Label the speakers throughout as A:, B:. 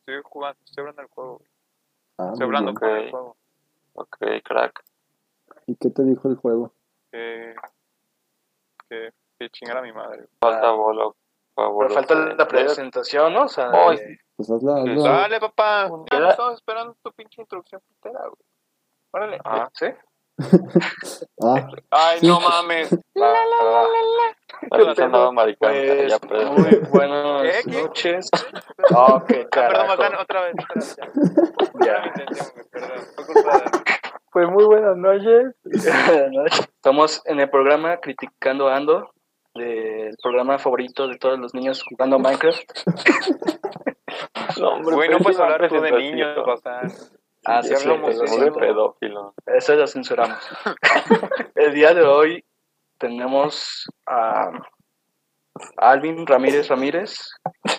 A: Estoy jugando, estoy hablando del juego. güey.
B: Ah, muy
A: Estoy hablando
B: bien.
A: con el
C: Ok.
A: juego.
C: Ok, crack.
B: ¿Y qué te dijo el juego?
A: Que, que, que chingar a mi madre. güey.
C: Falta bolo. favor.
D: Ah.
C: este,
D: Pero falta la presentación, ¿no? O sea,
C: Ay,
D: eh,
B: Pues hazla,
C: Pues
B: hazla.
A: Dale, papá.
D: Un
A: Ya
D: día-
A: no estamos esperando tu pinche introducción puntera, güey. Órale.
C: Ah,
D: ¿sí?
B: Ah,
A: Ay, no mames. Ah,
D: Va, va, va.
C: Bueno, se andaba maricando.
D: Pues,
C: ya, pero-
D: muy buenas
A: ¿Eh, ¿Qué? ¿Qué?
D: noches. No, qué
A: Ah, perdón, Matán,
D: carajo.
A: otra vez. Otra vez ya. Era mi
D: Ya.
A: intención, güey, perdón. Fue culpa de-
D: Pues muy buenas noches. Estamos en el programa Criticando a Ando, de- el programa favorito de todos los niños jugando a Minecraft. pues,
C: No, hombre,
A: Güey, no puedes
C: pésima
A: hablar tú de
C: presentación.
A: niños, Bazán.
D: Ah,
C: Sí,
D: sí,
C: sí,
D: hablamos de
C: muy
D: eso.
C: pedófilo.
D: Eso lo censuramos. el día de hoy tenemos a Alvin Ramírez Ramírez,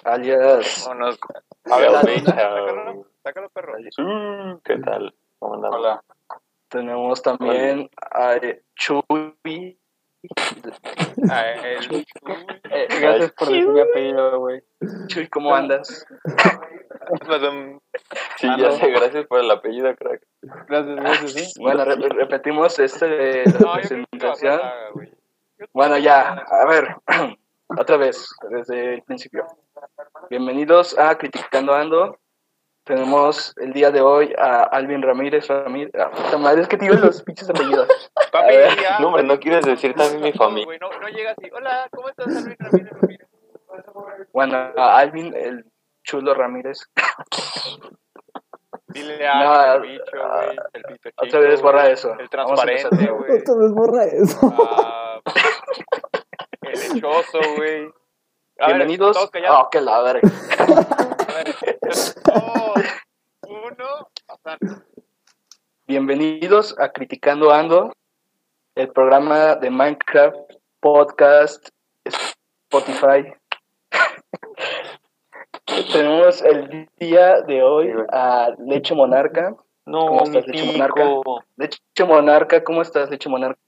D: alias
A: Vámonos.
D: A ver,
C: Qué
D: Alvin.
C: bonito.
A: Sácalo, perro.
C: Mm, ¿Qué tal? ¿Cómo andamos?
D: Tenemos también a eh, Chuy.
A: A él.
D: Eh,
C: gracias por decir
D: mi apellido, güey. Chuy, ¿cómo andas?
A: Bazán.
C: Sí,
D: Ah,
C: ya
D: no.
C: sé, gracias por el apellido, crack.
A: Gracias, gracias, Ah, sí.
D: Bueno, re- repetimos este,
A: No, yo
D: la
A: creo que lo
D: presentación.
A: haga, güey.
D: Bueno, ya, a ver, otra vez, desde el principio. Bienvenidos a Criticando Ando. Tenemos el día de hoy a Alvin Ramírez Ramírez. Ah, puta madre, es que te digo los pinches apellidos.
A: Papi,
D: A ver,
A: ya,
C: no, hombre,
A: güey.
C: no quieres decir también mi familia.
A: güey, No, no llega así. Hola, ¿cómo estás, Alvin Ramírez Ramírez?
D: Bueno, a Alvin, el chulo Ramírez.
A: Dile a
D: ah, No,
A: el bicho, güey. El pito chico.
D: Otra vez borra
A: güey,
D: eso.
A: El
D: Vamos a empezar
A: transparente,
D: de nuevo.
A: güey.
B: otra vez borra eso.
A: Ah, El lechoso, güey. A ver,
D: Bienvenidos.
A: Todos callados.
D: Ah, qué la verga.
A: A ver. Dos, uno. Bazán.
D: Bienvenidos a Criticando Ando, el programa de Minecraft, podcast, Spotify. Tenemos el día de hoy a Leche Monarca.
C: No,
D: ¿Cómo
C: mi
D: estás, Leche Monarca?
C: pico.
D: Leche Monarca, ¿cómo estás, Leche Monarca?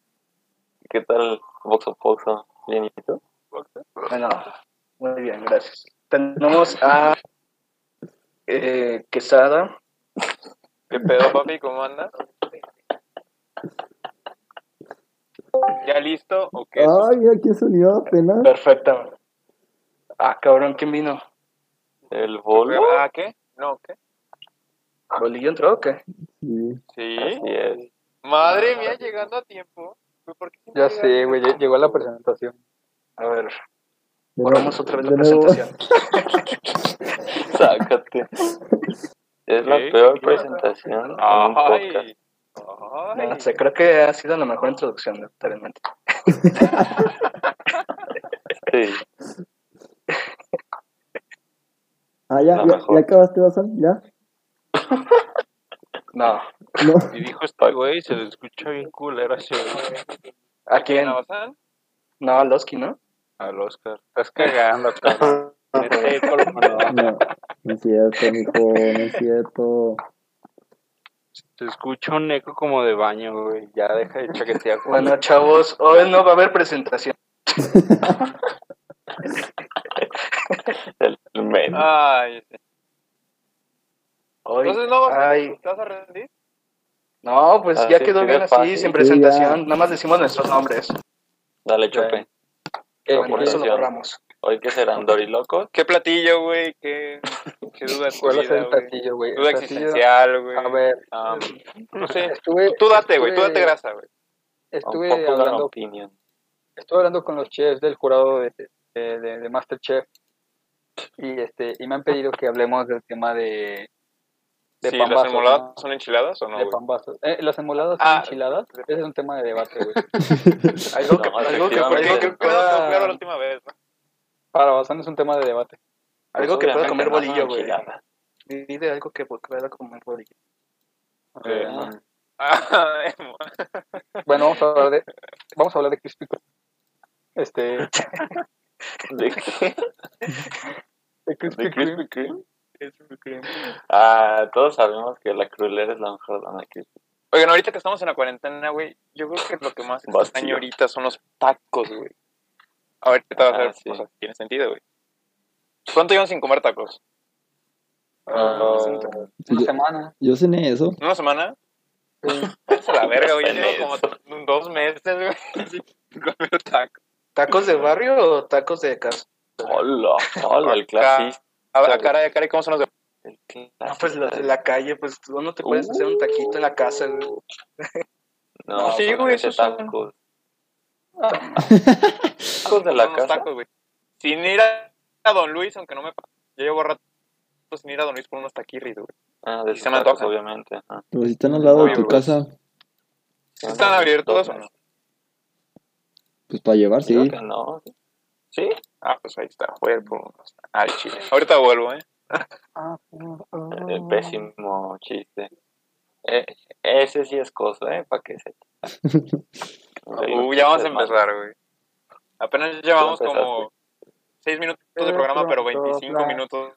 C: ¿Qué tal, Voxo Poxo? Bien, ¿y tú?
D: Bueno, muy bien, gracias. Tenemos a eh, Quesada.
A: ¿Qué pedo, papi? ¿Cómo andas? ¿Ya listo o qué?
D: Ah.
B: Ay, mira quién se unió apenas.
D: Perfecta. Ah, cabrón, ¿quién vino?
C: ¿El bolo?
A: ¿Ah, qué? No, ¿qué?
D: ¿Bolillo entró o qué?
B: Sí.
A: Sí.
D: Ah,
C: Así es.
A: Madre mía, llegando a tiempo. Güey, ¿por qué siempre
E: Ah, Ya
A: llegas?
E: sé, güey, ya llegó la presentación.
D: A ver,
B: De
D: borramos
B: nuevo-
D: otra vez
B: de
D: la
B: nuevo.
D: presentación.
C: Sácate. Es la
A: ¿Qué?
C: peor presentación en un podcast.
A: Ay. Ay.
D: No sé, creo que ha sido la mejor introducción, literalmente.
C: Sí.
B: Ah, ya,
C: La
B: ya,
C: mejor.
B: ya acabaste, Bazán, ya.
D: No.
B: No,
C: Y dijo este güey, se le escucha bien culera ese
D: ¿A quién?
A: ¿La Bazán?
D: No, a Losky, ¿no?
C: al Oscar.
E: Estás cagando, cabrón.
B: no, no es cierto, mijo, no es cierto.
E: Se escucha un eco como de baño, güey. Ya deja de chaquetear.
D: Bueno, chavos, hoy no va a haber presentación.
C: El men.
A: Ah, Ay. este,
D: Hoy,
A: Entonces no vas a-
D: ay,
A: ¿Te vas a rendir?
D: no, pues
C: Ah,
D: ya
C: sí,
D: quedó
C: sí,
D: bien
C: es
D: así,
C: fácil.
D: sin
C: Sí,
D: presentación.
B: ya.
D: Nada más decimos nuestros nombres.
C: Dale, chope. Por
D: Eh, por eso lo
C: presentación.
D: borramos.
C: Hoy que serán dorilocos.
A: ¿Qué platillo, güey? ¿Qué, qué duda es tu
E: ¿Cuál es
A: vida,
E: el
A: güey?
E: platillo, güey?
A: Duda
E: El platillo-
A: existencial, güey.
E: A ver,
A: Ah, no sé.
E: estuve.
A: Tú date, güey. Tú
E: estuve-
A: date grasa, güey.
E: Estuve
C: un popular
E: hablando,
C: opinion.
E: estuve hablando con los chefs del jurado de, de, de- de Masterchef. Y, este, y me han pedido que hablemos del tema de. de
A: Sí,
E: pambazos,
A: las enmoladas
E: ¿no?
A: son enchiladas o no,
E: de
A: güey.
E: pambazos. Eh, ¿Las enmoladas son
A: Ah.
E: enchiladas? Ese es un tema de debate, güey.
D: Algo que,
C: No,
D: algo que
C: efectivamente.
A: Porque
D: puede
C: Porque
A: creo que
D: pueda-
A: quedó
E: Ah.
A: claro la última vez, ¿no?
E: Para Bazán es un tema de debate.
D: algo que pueda comer
C: Obviamente,
D: bolillo,
C: no,
D: güey.
C: enchiladas.
D: Dile algo que pueda comer bolillo.
A: Eh,
E: Ah.
A: Ah,
E: Bueno, vamos a hablar de, vamos a hablar de Crispy Kreme. Este,
A: Ah.
C: ¿De qué?
E: de Krispy
C: ¿De
E: Kreme.
C: Krispy Kreme?
A: es muy creíble.
C: Ah, todos sabemos que la crulera es la mejor dama de Krispy
A: Oigan, ahorita que estamos en la cuarentena, güey, yo creo que lo que más
C: Vacío.
A: extraño ahorita son los tacos, güey. Ahorita vas a
C: Ah,
A: ver,
C: sí.
A: o sea, tiene sentido, güey. ¿Cuánto llevan sin comer tacos? Ah,
C: No.
A: presenta.
E: Una
B: Yo-
E: semana.
B: Yo cené eso.
A: ¿Una semana?
E: sí.
A: A la verga, güey. Yo
C: Seis
A: llevo como t- dos meses, güey. sin comer tacos.
D: ¿Tacos de barrio o tacos de casa?
C: Hola, hola, el
A: Acá.
C: clasista.
A: A, a cara, a cara, ¿y cómo son los de
C: El
D: No, pues los
C: clasista.
D: de la calle, pues tú no te puedes hacer un taquito en la casa. güey.
C: No,
A: Sí,
C: porque
A: güey,
C: ese
A: esos son-
C: tacos. Ah, Tacos de la
A: son los
C: casa.
A: tacos, güey? Sin ir a, a Don Luis, aunque no me pa- Yo llevo rato sin ir a Don Luis por unos taquirris, güey.
C: Ah, de
A: Y se me
C: tacos,
A: antoja.
C: obviamente. Ah, ajá.
B: Pero si están al lado de
A: Obvio,
B: tu
A: güey.
B: casa,
C: Ah,
A: ¿Están
C: no,
A: abiertos
C: no,
A: o no?
B: pues para llevar, sí.
C: Creo que no. Sí,
A: Ah, pues ahí está, güey. por unos- Al Ah, chile. Ahorita vuelvo, ¿eh?
C: eh, pésimo chiste. Eh, ese sí es cosa, ¿eh? Para que se.
A: Uh, ya vamos a empezar, güey. Apenas llevamos como 6 minutos de programa, pero 25 minutos.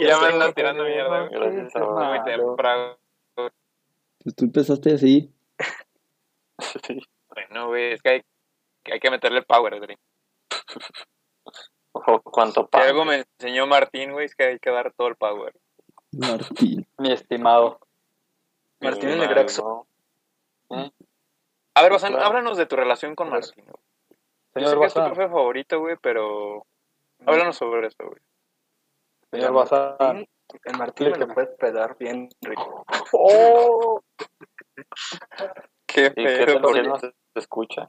A: Y ya me andan tirando mierda, güey.
C: Gracias a
A: Es Muy temprano.
B: Pues tú empezaste así.
C: Sí.
A: No, güey, es que hay, que hay que meterle el power, güey.
C: Ojo, cuánto
A: Si
C: pan.
A: algo me enseñó Martín, güey, es que hay que dar todo el power.
B: Martín.
E: Mi estimado.
D: Martínez
C: Ni
D: de
C: madre,
D: Graxo.
C: no.
A: A ver, Bazán,
C: Claro.
A: háblanos de tu relación con Martín. güey. Yo sé
E: Señor
A: que es tu
E: Bazán.
A: profe favorito, güey, pero háblanos sobre eso, güey.
E: Señor Bazán.
D: Martín, El Martín me lo puede pedar bien rico.
C: ¡Oh!
A: Qué
C: ¿Y qué
A: feo,
C: tal si
A: porque
C: él no se escucha?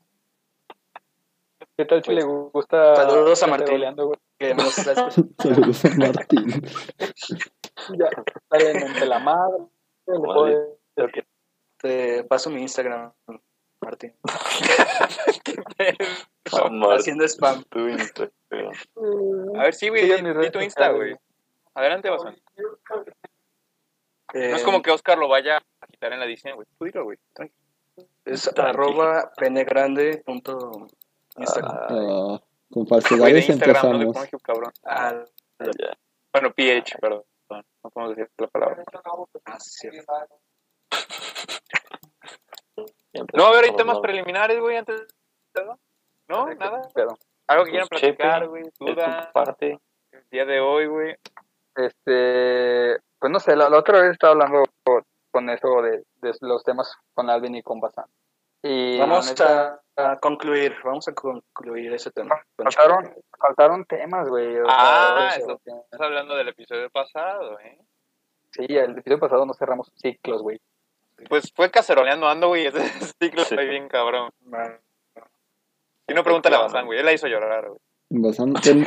E: ¿Qué tal si le gusta?
D: Pues, Saludos a Martín.
E: Boleando, güey?
D: Que no se la escucha.
B: Saludos a Martín.
E: Ya, está bien, ante la madre. le
C: Madre.
E: puede-
D: Te paso mi Instagram, Martín.
A: Ah,
C: Amor,
D: Haciendo spam.
C: tu Instagram.
A: A ver, sí, güey,
E: Sigue
A: di-
E: mis
A: di
E: redes
A: tu Insta,
E: sociales.
A: güey. Adelante, Bazán.
D: Eh,
A: No es como que Oscar lo vaya a quitar en la edición, güey. Tú dilo, güey. tranqui.
D: Es arroba penegrande punto Instagram.
B: Ah,
A: Güey,
B: con
A: de
B: falsedades
A: Instagram, no de
B: empezamos.
A: Pornhub, cabrón.
D: Ah,
C: Ya.
A: Bueno, PH, perdón. No podemos decir la palabra.
D: ah, sí, cierto.
A: No, a ver, hay
C: Por
A: temas
C: favor.
A: preliminares, güey, antes. ¿No? ¿No? ¿Nada?
E: Pero,
A: Algo que quieran
C: Pues,
A: platicar,
C: chequen.
A: güey.
C: De
A: Duda,
C: tu parte.
A: el día de hoy, güey.
E: este, pues no sé, la, la otra vez estaba hablando con, con eso de, de los temas con Alvin y con Bazán. Y la
D: Vamos
E: neta,
D: a, a concluir, vamos a concluir ese tema.
E: faltaron, faltaron temas, güey. o sea,
A: Ah,
E: eso,
A: eso.
E: que-
A: Estás hablando del episodio pasado, ¿eh?
E: Sí, el episodio pasado no cerramos ciclos, güey.
A: Pues fue caceroleando ando, güey. Ese ciclo
C: Sí.
A: está bien cabrón.
D: Ma-
A: Y no pregúntale a Bazán, güey. Él la hizo llorar, güey.
B: Bazán, ten,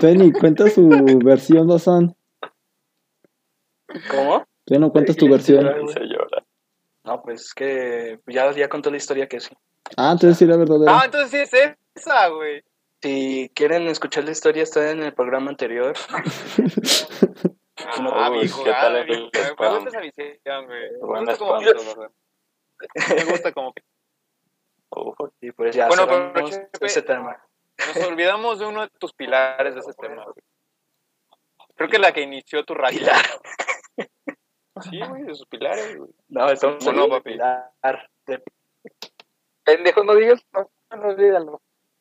B: Tony, cuenta su versión, Bazán.
D: ¿Cómo?
B: Tú no cuentas tu versión.
C: Y se llora.
D: No, pues que ya, ya contó la historia que sí.
B: Ah, entonces sí era
A: Ah,
B: verdadera.
A: entonces sí es esa, güey.
D: Si quieren escuchar la historia, está en el programa anterior.
A: No,
C: Ah,
A: amigo,
C: ¿qué tal
A: ah,
C: el
A: amigo, güey,
C: spam?
A: Me gusta esa visión, güey. Me
C: Buen
A: gusta como
C: spam.
A: piensas, Bazán. Me gusta como que
C: Ojo,
D: Y pues ya
A: Bueno,
D: cerramos
A: pero, Chepe,
D: ese tema.
A: Nos olvidamos de uno de tus pilares de ese tema, güey. Creo que la que inició tu racha. Sí, güey, de sus pilares, güey.
D: No, estamos
A: No, no,
D: hablando de
A: papi.
D: Pilar, de-
E: Pendejo, no digas, no, no olvídalo.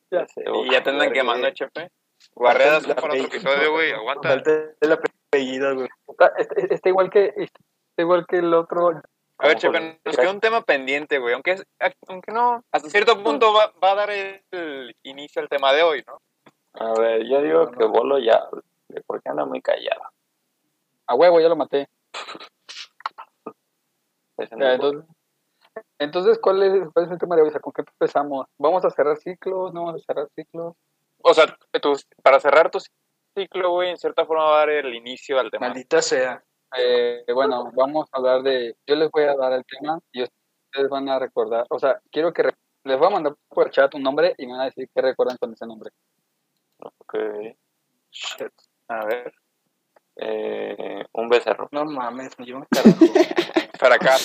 C: ya sé,
A: Y ya te andan
D: Verga.
A: quemando, HP. Guarreadas
D: La
A: son para otro
D: peli.
A: episodio, güey. Aguanta.
D: falta el apellido, güey.
E: Está, está- está igual que está igual que el otro.
A: A ver,
E: Como
A: Chepe,
E: con-
A: nos queda un tema pendiente, güey. Aunque, es- aunque no, hasta cierto
E: Mm.
A: punto va, va a dar el inicio al tema de hoy, ¿no?
C: A ver, yo digo que Bolo ya, porque anda muy callado.
E: A huevo, ya lo maté.
C: Ese no
E: Ya,
C: es
E: entonces, entonces, ¿cuál, es, ¿cuál es el tema de hoy? O sea, ¿Con qué empezamos? ¿Vamos a cerrar ciclos? ¿No vamos a cerrar ciclos?
A: O sea, tu- para cerrar tu ciclo, güey, en cierta forma va a dar el inicio al tema.
D: Maldita sea.
E: Eh, bueno, vamos a hablar de... Yo les voy a dar el tema y ustedes van a recordar. O sea, quiero que... re- les voy a mandar por el chat un nombre y me van a decir qué recuerdan con ese nombre.
C: Bolo. Ok.
A: A ver,
C: Eh, un becerro.
D: No mames, me llevo un carajo.
A: para acá.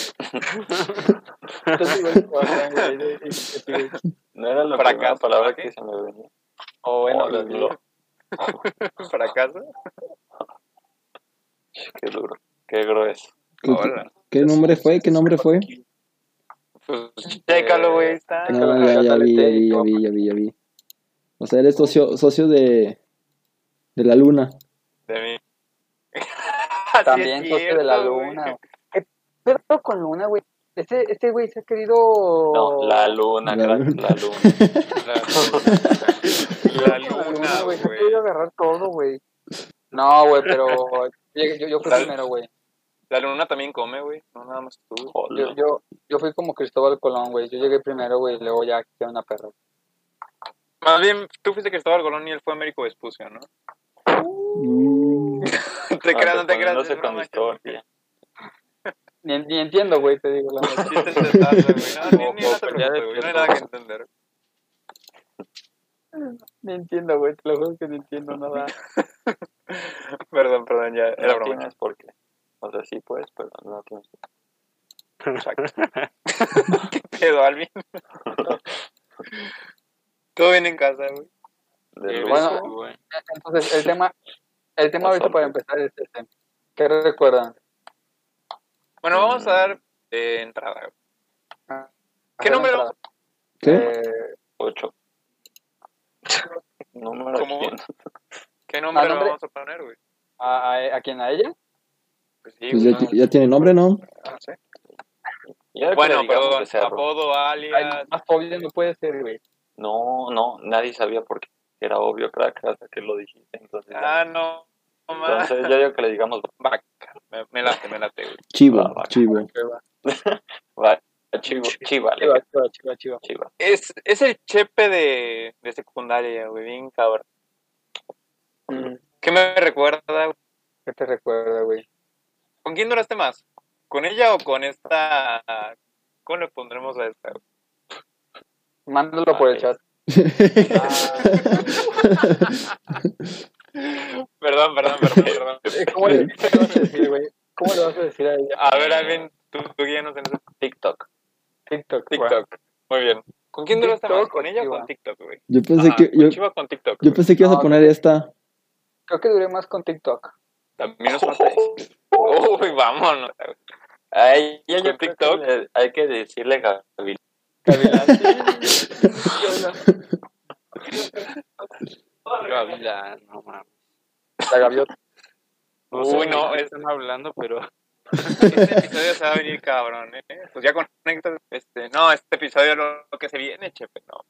E: Entonces, igual, o sea, güey, de- de- de- de-
C: No era la
A: Para
C: primera
A: acá,
C: palabra
A: ¿para qué?
C: que se me venía.
E: o bueno,
C: Oh,
E: los-
C: lo-
A: ¿Para casa?
C: Qué duro, qué grueso.
B: ¿Qué,
A: Hola.
B: qué nombre fue? ¿Qué nombre fue?
A: Pues chécalo, güey, está.
B: No, ya, ya vi, ya vi, ya vi, ya vi, ya vi. O sea, eres socio, socio de, de la luna.
A: De mí. es
E: También Socio de la
A: cierto, güey.
E: Luna. ¿Qué pedo con Luna, güey? Este, este güey se ha querido.
C: No, la luna,
B: La
C: crack,
B: luna.
C: la luna.
A: La, la
E: con la
A: luna,
E: güey.
A: güey.
E: Se ha querido agarrar todo, güey. No, güey, pero. Yo, yo, yo fui
A: La-
E: primero, güey.
A: La luna también come, güey. No, nada más tú.
E: Yo,
C: Hola.
E: yo, yo fui como Cristóbal Colón, güey. Yo llegué primero, güey, y luego ya quedé una perra.
A: Más bien, tú fuiste Cristóbal Colón y él fue Américo Vespucio, ¿no?
B: Mm,
A: Te creas, Ah, no te creas.
C: No sé
A: es
C: con
A: broma,
C: historia.
E: Ni, en- ni entiendo, güey, te digo la neta.
A: Sí, te enteraste, güey. No, ni- ni
C: Como
A: no te
C: pelea de
A: preocupes, güey. No hay nada que entender.
E: No entiendo, güey, te lo juro que no entiendo nada.
A: Perdón, perdón, ya. Era
C: No
A: broma.
C: tienes por qué. O sea, sí puedes, pero no tienes.
A: Pedo, Alvin. Todo bien en casa, güey. Eh,
C: De
E: Bueno,
C: Luis, güey.
E: Entonces, el tema, el tema ahorita para empezar es este. ¿Qué recuerdan?
A: Bueno, vamos a dar eh, entrada, güey. ¿Qué
E: Hacer
A: nombre
E: entrada.
B: ¿Qué?
E: Eh,
C: Ocho. Número
A: ¿Cómo?
C: quién?
A: ¿Qué nombre
E: Ah,
A: le
E: nombre.
A: vamos a poner, güey?
E: ¿a, a, ¿A quién? ¿A ella?
A: Pues sí,
B: Pues
A: güey,
B: ya,
A: no,
B: ya tiene nombre, ¿no?
A: no sé.
C: Ya que
A: Bueno,
C: digamos
A: perdón.
C: que sea Ro-
A: Apodo,
E: Ay,
A: alias.
E: más obvio no puede ser, güey.
C: No, no, nadie sabía por qué. Era obvio, crack, hasta que lo dijiste. Entonces, ya-
A: Ah, no. no más.
C: entonces yo digo que le digamos
A: Vaca. Me, me late, me late, güey.
B: Chivo,
C: Ah, va.
B: chivo.
E: Chiva,
C: va, chivo, chiva, le-
E: chiva, chiva, chiva.
C: chiva.
A: Es, es el chepe de, de secundaria, güey. Bien cabrón. ¿Qué me recuerda, güey?
E: Mm, ¿Qué te recuerda, güey?
A: ¿Con quién duraste más? ¿Con ella o con esta? ¿Cómo le pondremos a esta? güey?
E: Mándalo por el
C: Ay.
E: chat.
A: Perdón, perdón, perdón, perdón.
E: Eh, ¿Cómo le, qué le vas a decir, güey? ¿Cómo le vas a decir a ella?
A: A ver, Alvin, tú, tú guíanos en ese
C: TikTok.
E: TikTok. güey.
A: TikTok. Muy bien. ¿Con quién duraste
E: TikTok
A: más? ¿Con ella o
E: Chiva?
A: con TikTok, güey?
B: Yo pensé
A: Ajá,
B: que
A: con
B: yo,
A: Chiva o con TikTok.
B: yo
A: güey?
B: pensé que ibas a
E: No,
B: poner esta.
E: Creo que duré más con TikTok.
A: También nos falta eso. Uy, vámonos. güey.
C: A ella yo
A: Con
C: creo que
A: TikTok.
C: le- hay que decirle Gaby.
F: Gavilán, no mames.
E: La gaviota.
F: No
A: Uy,
F: sé
A: no,
F: de qué
A: es-
F: están hablando, pero
A: Este episodio se va a venir cabrón, ¿eh? Pues ya conectas. Este, no, este episodio lo, lo que se viene, chepe, no.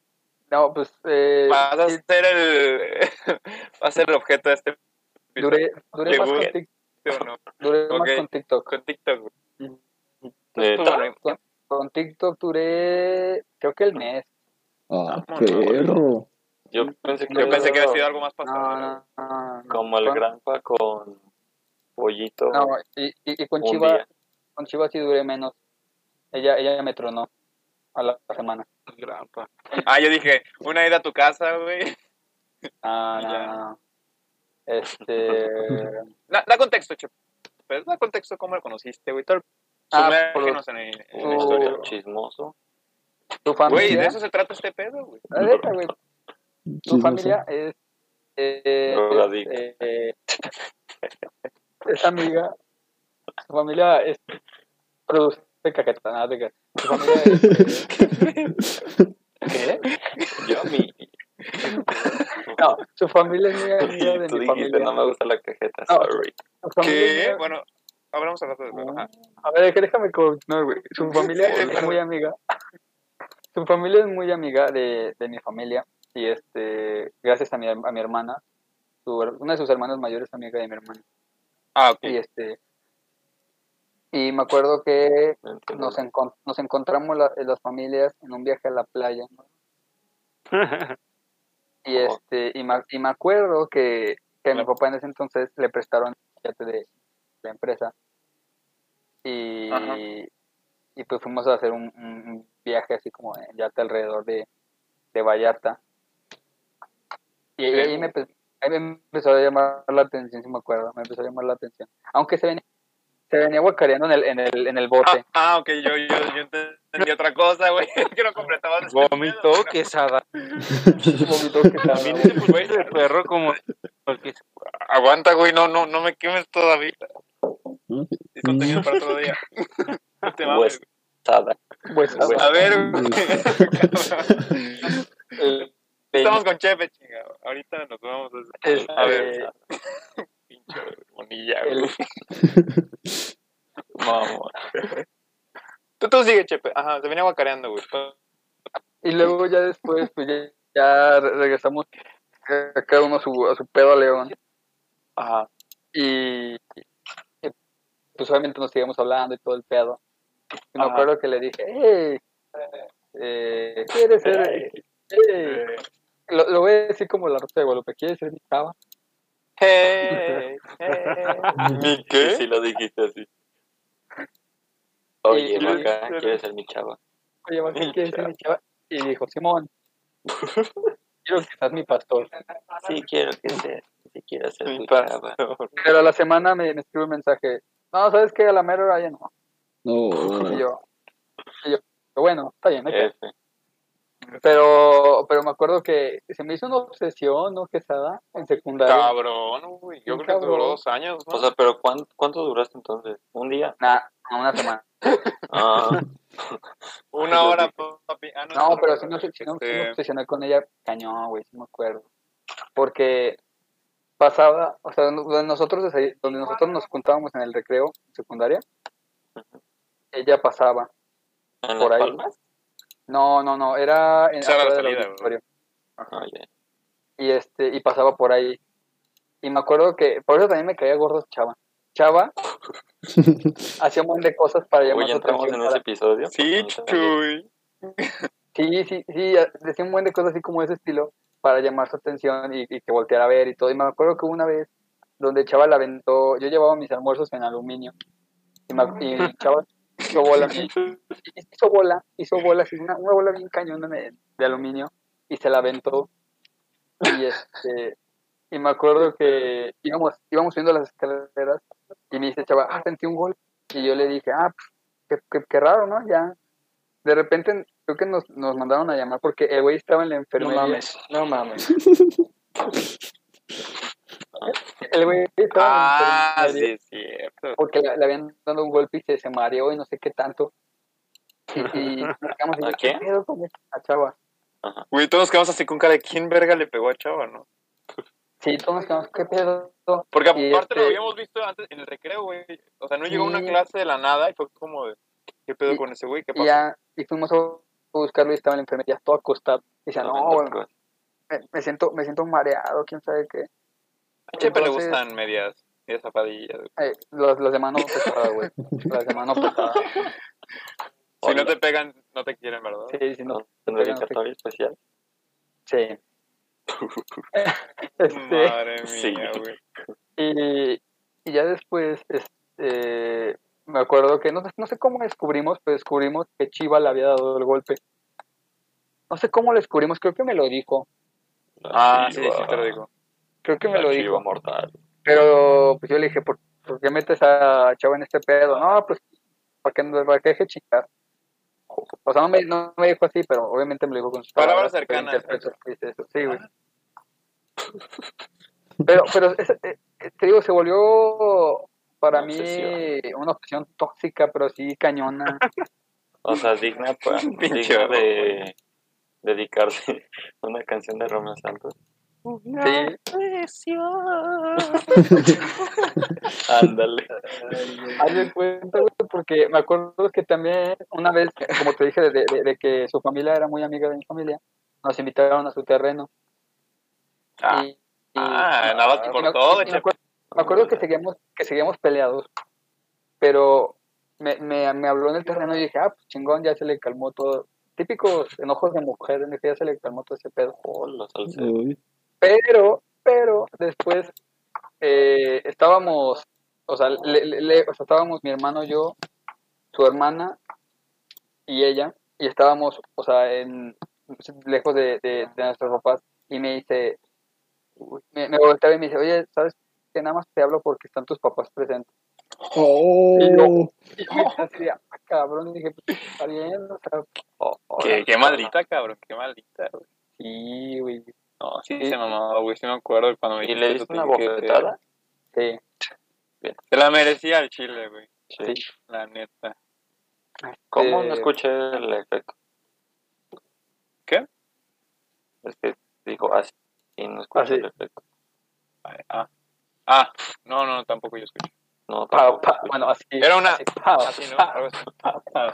E: No, pues. Eh,
A: Vas a
E: sí,
A: ser el. va a ser el objeto de este episodio,
E: duré, duré, más con,
A: Llegó.
E: Tik-
A: ¿no?
E: duré
A: Ok.
E: más con TikTok.
A: Con TikTok, güey.
C: Neta.
A: Bueno,
E: Con, con TikTok duré. Creo que el mes.
B: Ah,
A: Vámonos,
B: perro.
C: Yo pensé que,
A: Yo pensé que había
E: no.
A: sido algo más pasado.
E: No,
A: ¿no?
E: no, no. no.
C: como el
E: Con-
C: Granpa con pollito.
E: No, y, y, y con
C: un
E: Chiva,
C: día.
E: con Chiva sí duré menos. Ella, ella me tronó a la semana.
F: grampa.
A: pues, Ah, yo dije, una ida a tu casa, güey.
E: Ah, no,
A: Ya.
E: no, no. Este.
A: Da, da contexto, Chepe. Pero da contexto cómo lo conociste, güey. Todo el...
E: Ah,
A: Sumérgenos en, en la
C: Una
E: Oh.
A: historia.
C: historia chismoso.
E: Tu
A: Güey, de
E: familia.
A: eso se trata este pedo, güey.
E: La neta, güey, Tu
B: Chismoso.
E: familia es. eh,
C: Drogadicta.
E: es, eh, es amiga. Tu familia es. Produce caquetanadas. Tu familia es. ¿Qué?
C: Yo a mí.
E: No, su familia es mía, mía de
C: Tú
E: mi
C: dijiste,
E: familia.
C: no me gusta la cajeta,
E: No.
C: sorry.
E: Su familia es
A: ¿Qué?
E: mía-
A: Bueno, hablamos al rato de
E: Mm.
A: eso. Ajá.
E: A ver, que déjame continuar, güey. Su familia
A: Sí,
E: es
A: perdón.
E: muy amiga. Su familia es muy amiga de, de mi familia. Y este, gracias a mi, her- a mi hermana, su her- una de sus hermanas mayores es amiga de mi hermana.
A: Ah, ok.
E: Y este, y me acuerdo que
C: No entiendo.
E: nos, encon- nos encontramos la- eh, las familias en un viaje a la playa. ¿no? Y
C: Ojo.
E: este, y me, y me acuerdo que, que a mi
A: Claro.
E: papá en ese entonces le prestaron el yate de la empresa. Y,
A: Ajá.
E: y pues fuimos a hacer un, un- un viaje así como en yate alrededor de, de Vallarta. Y ahí,
A: Sí.
E: ahí me, empe- ahí me empezó a llamar la atención, si me acuerdo, me empezó a llamar la atención. Aunque se venía, se venía guacareando en el, en el, en el bote.
A: Ah, ah, ok, yo, yo, yo entendí otra cosa, güey. Que no completabas. este
F: Vomitó
A: pedo,
F: quesada.
E: Vomitó que estaba,
F: También
E: güey.
F: el güey de perro como. Porque
A: güey. Aguanta, güey, no, no, no me quemes todavía.
E: Mm.
B: ¿No?
A: Es contenido para otro día. No te mames,
C: Pues, Sada.
E: Pues,
C: Güey.
A: güey. A ver, güey.
E: el-
A: Estamos con Chepe, chinga. Ahorita nos vamos a...
E: este,
A: A ver. mamonilla, güey. Mamón. Tú, tú sigue, Chepe. Ajá, se venía guacareando, güey.
E: Y luego ya después, pues ya, ya re- regresamos a cada uno a su, a su pedo a León.
A: Ajá.
E: Y, y, pues obviamente nos seguimos hablando y todo el pedo. Y me
A: Ajá.
E: acuerdo que le dije, hey, eh, ¿quieres ser? eh, Lo, lo voy a decir como la Rosa de Guadalupe, ¿quieres ser mi chava?
A: Hey, hey. ¿Mi qué?
C: ¿Qué? Sí, Eh, lo dijiste así. Oye,
E: Y-
C: Maca, ¿quieres ser mi chava?
E: Oye, Marco, ¿quieres ser mi chava? Y dijo, Simón, quiero que seas mi pastor.
C: Sí, quiero que seas. Si quieres ser
A: Mi
C: tu
A: pastor.
C: chava.
E: Pero a la semana me, me escribe un mensaje, no, ¿sabes qué? A la mera hora ya no.
B: No,
E: Y
B: ahora.
E: yo, y yo, bueno, está bien, no hay pedo".
C: F.
E: Pero, pero me acuerdo que se me hizo una obsesión, ¿no? Quesada, en secundaria.
A: Ah, Cabrón, güey. Yo
E: Sí,
A: creo que duró
E: cabrón.
A: dos años, ¿no?
C: O sea, pero ¿cuán- ¿cuánto duraste entonces? ¿Un día?
E: Nah, no, una semana.
C: Ah,
A: Una hora, papi. Ah,
E: No, pero sí me, sí me- sí me
A: Este,
E: obsesioné con ella cañón, güey, sí me acuerdo. Porque pasaba, o sea, no- donde nosotros, desay- donde nosotros nos juntábamos en el recreo, en secundaria, ella pasaba.
C: ¿En
E: Por
C: Las
E: ahí.
C: Palmas?
E: No, no, no, era en
A: Esa era la
E: afuera del
A: salida, güey.
E: auditorio.
C: Ah, ya.
E: Y, este, y pasaba por ahí. Y me acuerdo que, por eso también me caía gordo Chava. Chava hacía un montón de cosas para llamar
C: Oye,
E: su
C: entramos
E: atención.
C: en ese
E: para-
C: episodio.
A: Sí, chuy.
E: Sí, sí, sí, a- decía un buen de cosas así como ese estilo para llamar su atención y, y que volteara a ver y todo. Y me acuerdo que una vez donde Chava la aventó, yo llevaba mis almuerzos en aluminio y, me ac- y Chava hizo bola, hizo bola, hizo bola, así una, una bola bien cañona de, de aluminio y se la aventó. Y este, y me acuerdo que íbamos, íbamos subiendo las escaleras y me dice Chava, ah, sentí un gol. Y yo le dije, ah, pues, qué, qué- qué raro, ¿no? Ya. De repente creo que nos, nos mandaron a llamar porque el güey estaba en la
D: No
E: enfermería.
D: mames, no mames.
E: El güey estaba en la
A: Ah, sí,
E: enfermería.
A: es cierto.
E: porque le, le habían dado un golpe y se, se mareó y no sé qué tanto. Y, y marcamos y
C: ¿A
E: yo,
C: quién?
E: "¿Qué pedo con esta chava?
A: Güey, todos quedamos así con cara de quién verga le pegó a Chava, ¿no?
E: Sí, todos nos quedamos, ¿qué pedo?
A: Porque
E: Y,
A: aparte lo
E: este,
A: habíamos visto antes en el recreo, güey. O sea, no llegó
E: Sí.
A: una clase de la nada y fue como de, ¿qué pedo
E: Y-
A: con ese güey? ¿Qué
E: Y,
A: pasó?
E: ya, y fuimos a buscarlo y estaba en la enfermería todo acostado. Y decía, no, güey, me, me siento, me siento mareado, quién sabe qué.
A: a Chepe le
E: entonces-
A: gustan medias, medias zapadillas. güey.
E: Eh, los, los de mano pesada, güey. Los de mano pesada.
A: Si no te pegan, no te quieren, ¿verdad?
E: Sí, sí, no.
C: ¿En dedicatoria especial?
E: Sí. este,
A: Madre
C: Sí.
A: mía, güey.
E: y, y ya después, este, me acuerdo que no, no sé cómo descubrimos, pero descubrimos que Chiva le había dado el golpe. No sé cómo lo descubrimos, creo que me lo dijo.
A: Ah, sí, sí, te lo digo.
E: Creo que me
C: La
E: lo
C: chiva
E: dijo.
C: mortal.
E: Pero pues yo le dije, ¿por, por qué metes a Chava en este pedo? No, pues, ¿para que para que deje chingar? O sea, no me, no me dijo así, pero obviamente me lo dijo con sus
A: Palabras
E: pero
A: cercanas.
E: interpreto que dice eso, sí, güey. Pero, pero es- eh, eh, te digo, se volvió para
C: Una
E: mí
C: obsesión.
E: una obsesión tóxica, pero sí cañona.
C: O sea, digna, pa-
A: Pinche
C: digna de dedicarse a una canción de Romeo Santos.
E: sí.
C: Ándale.
E: Haz de cuenta, güey, porque me acuerdo que también una vez, como te dije, de, de- de que su familia era muy amiga de mi familia, nos invitaron a su terreno.
A: Ah,
E: Y- y-
A: ah, andabas
E: me-
A: por
E: me-
A: todo,
E: me
A: Chepe.
E: acuerdo- Me acuerdo que seguíamos, que seguíamos peleados, pero me, me, me habló en el terreno y dije, ah, pues chingón, ya se le calmó todo. Típicos enojos de mujer, en el que ya se le calmó todo ese pedo.
C: Oh, los alces.
B: Uy,
E: Pero, pero después eh, estábamos, o sea, le- le- le- o sea, estábamos mi hermano, yo, su hermana y ella, y estábamos, o sea, en, lejos de, de, de nuestros papás, y me dice, me, me volteaba y me dice, oye, ¿sabes que nada más te hablo porque están tus papás presentes?
B: Oh,
E: Y yo me quedé así de, "Ah, cabrón, y dije, pues, está bien, o sea,
A: Qué, qué maldita, cabrón, qué maldita. güey.
E: sí, güey,
A: No, sí,
E: Sí.
A: se mamaba, güey, sí me acuerdo cuando me
C: ¿Y le
A: dijiste
C: diste una
A: tu tiquete.
C: bofetada?
E: sí,
A: Te la merecía el chile, güey,
C: Sí.
A: la neta.
C: ¿Cómo
E: Eh,
C: no escuché el efecto?
A: ¿Qué?
C: Es que dijo así y no escuché
E: Así.
C: el efecto.
A: Ay, Ah, Ah, no, no, tampoco yo escuché.
C: No,
E: Pa,
C: tampoco.
E: pa, bueno, así.
A: Era una-
E: así, pa,
A: Así, ¿no?
E: pa.
A: Algo así.
C: Pa, pa.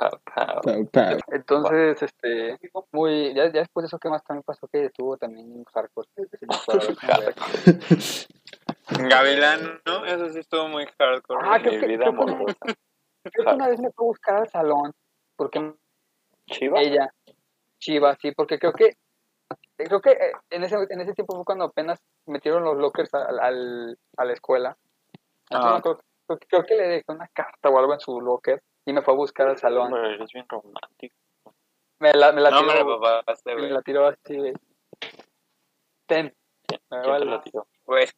B: Pau, pau.
E: Entonces, este, muy, ya, ya después de eso, ¿qué más también pasó? Que estuvo también hardcore.
A: Gavilán, ¿no? Eso sí estuvo muy hardcore.
E: Ah, creo
C: Mi
E: que-
C: vida
E: creo que-
C: amorosa.
E: Creo que una vez me fue a buscar al salón, porque
C: Chiva.
E: ella, Chiva, sí, porque creo que, creo que eh, en ese, en ese tiempo fue cuando apenas metieron los lockers al, al- a la escuela. Entonces,
A: Ah.
E: me acuerdo- creo, que- creo que le dejé una carta o algo en su locker y me fue a buscar al salón.
C: Hombre, eres bien romántico.
E: Me la, me la
A: No
E: tiró,
A: me lo papaste,
E: y me
A: güey.
E: la tiró así, de, ten,
C: ¿Quién,
E: Me
C: quién te
E: vale.
C: lo tiró?
A: Pues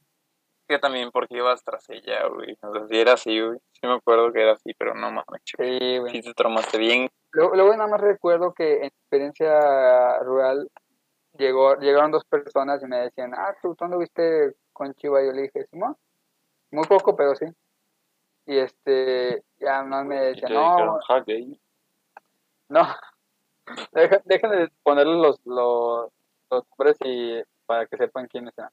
A: que también porque ibas tras ella, güey. O sea, sí era así, güey. Sí me acuerdo que era así, pero no mames, chico.
E: sí, güey.
A: Sí te tramaste bien.
E: Luego, luego nada más recuerdo que en experiencia rural llegó, llegaron dos personas y me decían, ah, ¿tú, tú anduviste con Chiva? Yo le dije, Simón, muy poco, pero sí. Y este, ya más me
C: Y te
E: decían, no,
C: dijeron, ja, gay.
E: no, Deja- dejen de ponerle los, los, los nombres y para que sepan quiénes eran.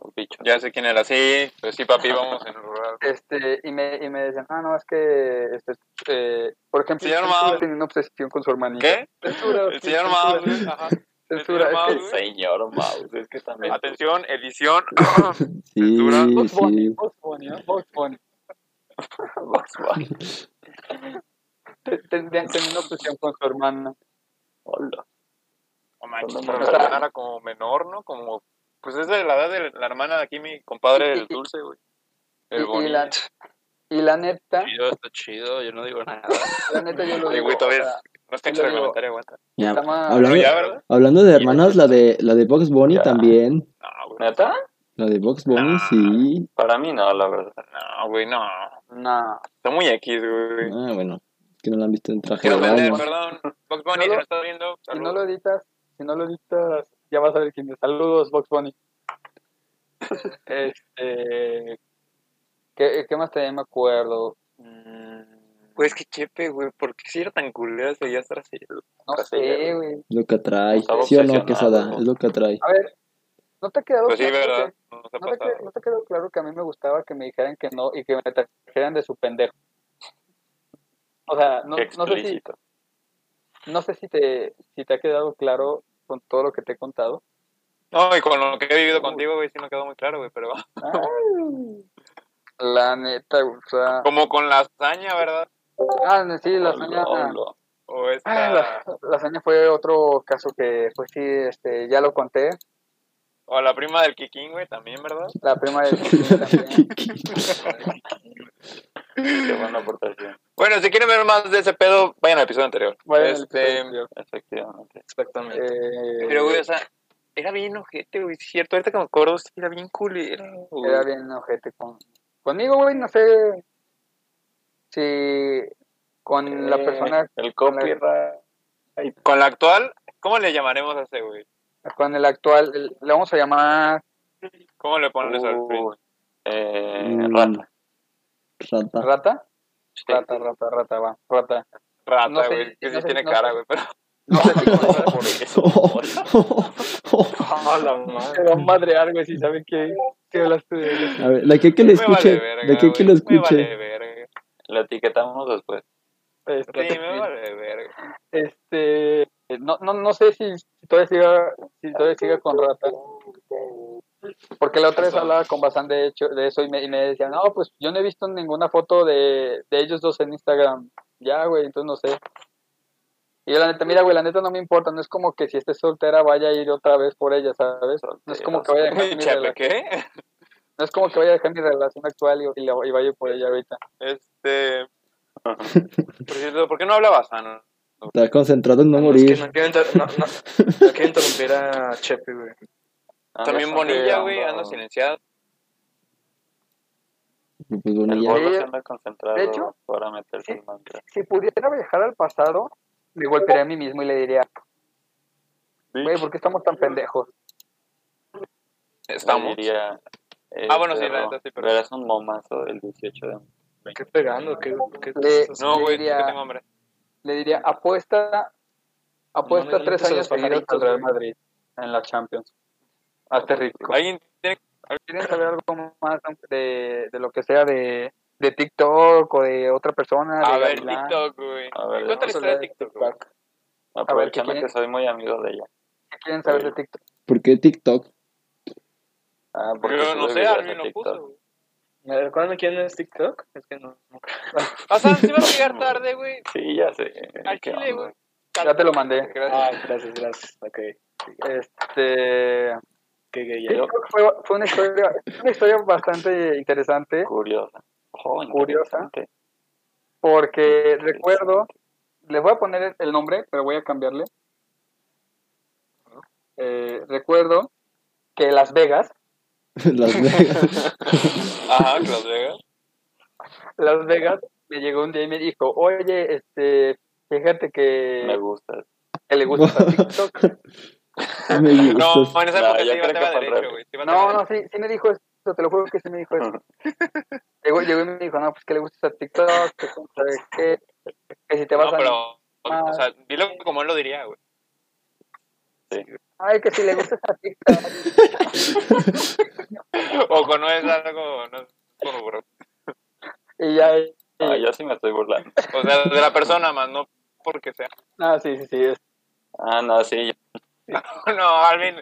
C: El bicho.
A: Ya sé quién era. Sí, pues sí, papi, vamos en rural.
E: Este, y me, y me decían, ah, no, es que, este, eh, por ejemplo,
A: Señor
E: Chiva
A: Mao.
E: tenía una obsesión con su hermanita.
A: ¿Qué?
E: Censura,
A: El
E: sí,
A: señor
E: censura,
A: Maus, güey. Ajá.
E: censura,
A: el señor
E: es que-
C: El señor Mouse, es que también.
A: Atención, edición. Censura.
B: Sí,
E: Bugs Bunny,
B: sí.
E: Bugs Bunny, ¿no? Bugs Bunny.
C: Bugs Bunny.
E: Te- Tendrían tener una obsesión con su hermana.
C: Hola.
A: No manches,
C: No,
A: pero
C: no,
A: la
E: no.
A: hermana era como menor, ¿no? Como, pues es de la edad de la hermana de aquí, mi compadre, el dulce, güey.
E: Y,
A: El
E: y
A: bonito.
E: la, y la neta,
F: Chido, está chido, yo no digo nada.
E: la neta yo lo
A: Oye,
E: digo.
A: güey, todavía
E: o sea,
A: no es cancha
E: yo digo-
A: reglamentaria, aguanta.
B: Ya,
E: Está mal.
A: No,
B: hablando,
A: ya, ¿verdad?
B: hablando de hermanas, la de la de Box Bunny
C: Ya.
B: también.
A: No, güey.
C: ¿Neta?
B: La de Box Bunny,
A: Nah.
B: sí.
C: Para mí no, la verdad.
A: No, güey, no.
E: no,
A: Está muy X, güey.
B: Ah, bueno. Que no la han visto en traje
A: Quiero
B: de
A: ofender,
B: baño.
A: perdón. Box Bunny,
E: No
A: si
E: lo-
A: nos estás viendo,
E: si no
A: saludos.
E: lo editas, si no lo editas, ya vas a ver quién es. Saludos, Bugs Bunny. Este, ¿qué, ¿Qué más también me acuerdo? Mm,
A: Pues que chepe, güey, ¿por qué si era tan culero seguías tras ella?
E: no sé, güey.
B: Lo que atrae.
C: Estaba
B: ¿Sí o no,
C: obsesionado,
B: Quesada?
C: ¿no?
B: Es lo que atrae.
E: A ver, ¿no te ha quedado
A: Pues sí,
E: claro
A: ¿verdad?
E: que-
A: No se ha
E: no te,
A: pasado.
E: qued- no te quedó claro que a mí me gustaba que me dijeran que no y que me trajeran de su pendejo? O sea, no,
C: Qué
E: no sé si
C: explícito.
E: No sé si te, si te ha quedado claro con todo lo que te he contado.
A: No, y con lo que he vivido contigo, güey, sí me quedó muy claro, güey, pero
E: Ah. La neta, o sea.
A: como con la hazaña, ¿verdad?
E: Ah, no, sí, la
C: Hola,
E: hazaña.
C: hola.
A: O
E: Ah,
A: esta,
E: la, la hazaña fue otro caso que, pues sí, este, ya lo conté.
A: o la prima del Kikín, güey, también, ¿verdad?
E: La prima de Kikín también.
C: Qué buena aportación.
A: Bueno, si quieren ver más de ese pedo, vayan al episodio anterior.
E: Vayan al
A: este,
C: Efectivamente.
D: Exactamente.
E: Eh,
A: pero, güey, o sea, era bien ojete, güey, es cierto, ahorita que me acuerdo, sí, era bien culera, güey.
E: era bien ojete con, conmigo, güey, no sé si con la
C: Eh,
E: persona,
C: El copyright.
A: Con la actual, ¿cómo le llamaremos a ese, güey?
E: con el actual, el- le vamos a llamar
A: ¿Cómo le pones al
C: Uy. Eh,
B: Mm,
C: rata.
B: Rata.
E: rata. Rata, rata, rata, va, rata.
A: Rata,
E: No sé,
A: güey, que
E: no
A: sí
E: sé,
A: tiene
E: no
A: cara,
E: sé.
A: güey, pero...
E: No sé si con esa-
C: Ah, la madre.
E: Te va a madrear, güey, si sabe que, que hablaste de él.
B: A ver, de que que lo
A: Me vale
B: escuche,
A: verga,
B: de que que
A: güey,
B: lo
A: Me vale
B: escuche.
A: verga.
C: La etiquetamos después.
E: Este,
A: Sí, me vale verga.
E: este, no, no, no sé si, si todavía siga, si todavía siga con Rata. Porque la otra vez hablaba con Bazán de, hecho, de eso y me, y me decía, no, pues yo no he visto ninguna foto de, de ellos dos en Instagram. Ya, güey, entonces no sé. Y yo la neta, mira, güey, la neta no me importa, no es como que si estés soltera vaya a ir otra vez por ella, ¿sabes? No es como que vaya a dejar mi,
A: Chape,
E: rela-
A: ¿qué?
E: no es como que vaya a dejar mi relación actual y, y, la- y vaya por ella ahorita.
A: Este... Por cierto, ¿por qué no hablabas sano?
B: Está concentrado en no
D: Es que
B: morir.
D: no quiero, inter- no, no- no quiero interrumpir a Chepe, güey.
E: Ah,
A: También Bonilla, güey, anda silenciado.
B: Pues
C: El
B: Bonilla.
C: Borja
E: Sí.
C: se anda concentrado
E: De hecho,
C: para meterse
E: sí.
C: en mancha.
E: si pudiera viajar al pasado, me golpearía a mí mismo y le diría, güey, ¿por qué estamos tan pendejos?
A: Estamos.
C: Diría, eh,
A: Ah, bueno, sí, la
C: perro,
A: neta sí, pero-
C: Verás un momazo del 18 de
D: ¿Qué pegando? ¿Qué, qué
E: Le,
A: No, güey,
E: diría-
A: es que tengo hambre.
E: le diría, apuesta, apuesta
D: No, no, no,
E: tres
D: no, no,
E: años
D: no, no, no,
E: seguidos
D: no, no,
E: al
D: no,
E: Real Madrid en la Champions. Hazte rico.
A: Alguien tiene
E: ¿Quieren saber algo más de, de lo que sea de, de TikTok o de otra persona?
A: A
E: de
A: ver,
E: Gavilán?
A: TikTok, güey.
C: A ver,
A: Cuéntale
E: Ah, vamos a
A: historia de
E: hablar de
A: TikTok. güey.
C: Aprovechando
E: quiere?
C: que soy muy amigo de ella.
E: ¿Qué quieren saber de TikTok?
B: ¿Por qué TikTok?
C: Ah, porque
A: Yo
C: sube
A: no sé,
C: videos
A: Armin
C: a
A: lo
C: TikTok.
A: puso, güey.
D: ¿Cuándo quién es TikTok? Es que no. no creo.
A: O sea, si vas a llegar tarde, güey.
C: Sí, ya sé.
A: Al
C: ¿Qué
A: chile,
C: onda?
A: güey.
E: Ya te lo mandé, gracias.
D: Ah, gracias, gracias. Ok.
E: Este,
D: Qué gay.
E: sí, creo que fue, fue una, historia, una historia bastante interesante
C: Curiosa. Oh,
E: Curiosa.
C: interesante.
E: porque recuerdo, les voy a poner el nombre, pero voy a cambiarle. Eh, recuerdo que Las Vegas,
B: Las Vegas.
A: Ajá, Las Vegas.
E: Las Vegas, me llegó un día y me dijo, oye, este, fíjate
C: Me
E: que,
C: gusta.
E: que le gusta TikTok.
B: Me
A: No,
B: gustas.
A: en esa
C: No,
A: época
C: yo
A: sí
C: creo que
A: bateaba
C: fue al
A: derecho,
C: revés.
A: güey. Sí bateaba
E: No, no,
A: derecho.
E: sí, sí me dijo eso, te lo juro que sí me dijo eso. Llegó, llegó y me dijo, no, pues que le gusta TikTok, que quién sabe qué, que si te vas
A: No,
E: a...
A: pero, o sea, dilo como él lo diría, güey.
E: Ay, que si le gusta esa TikTok.
A: O con no es algo, no es como, bro.
E: Y ya, eh,
C: No, Ah, yo sí me estoy burlando.
A: O sea, de la persona más, no porque sea.
E: no, sí, sí, sí. es-
C: Ah, no, sí.
A: No, Alvin.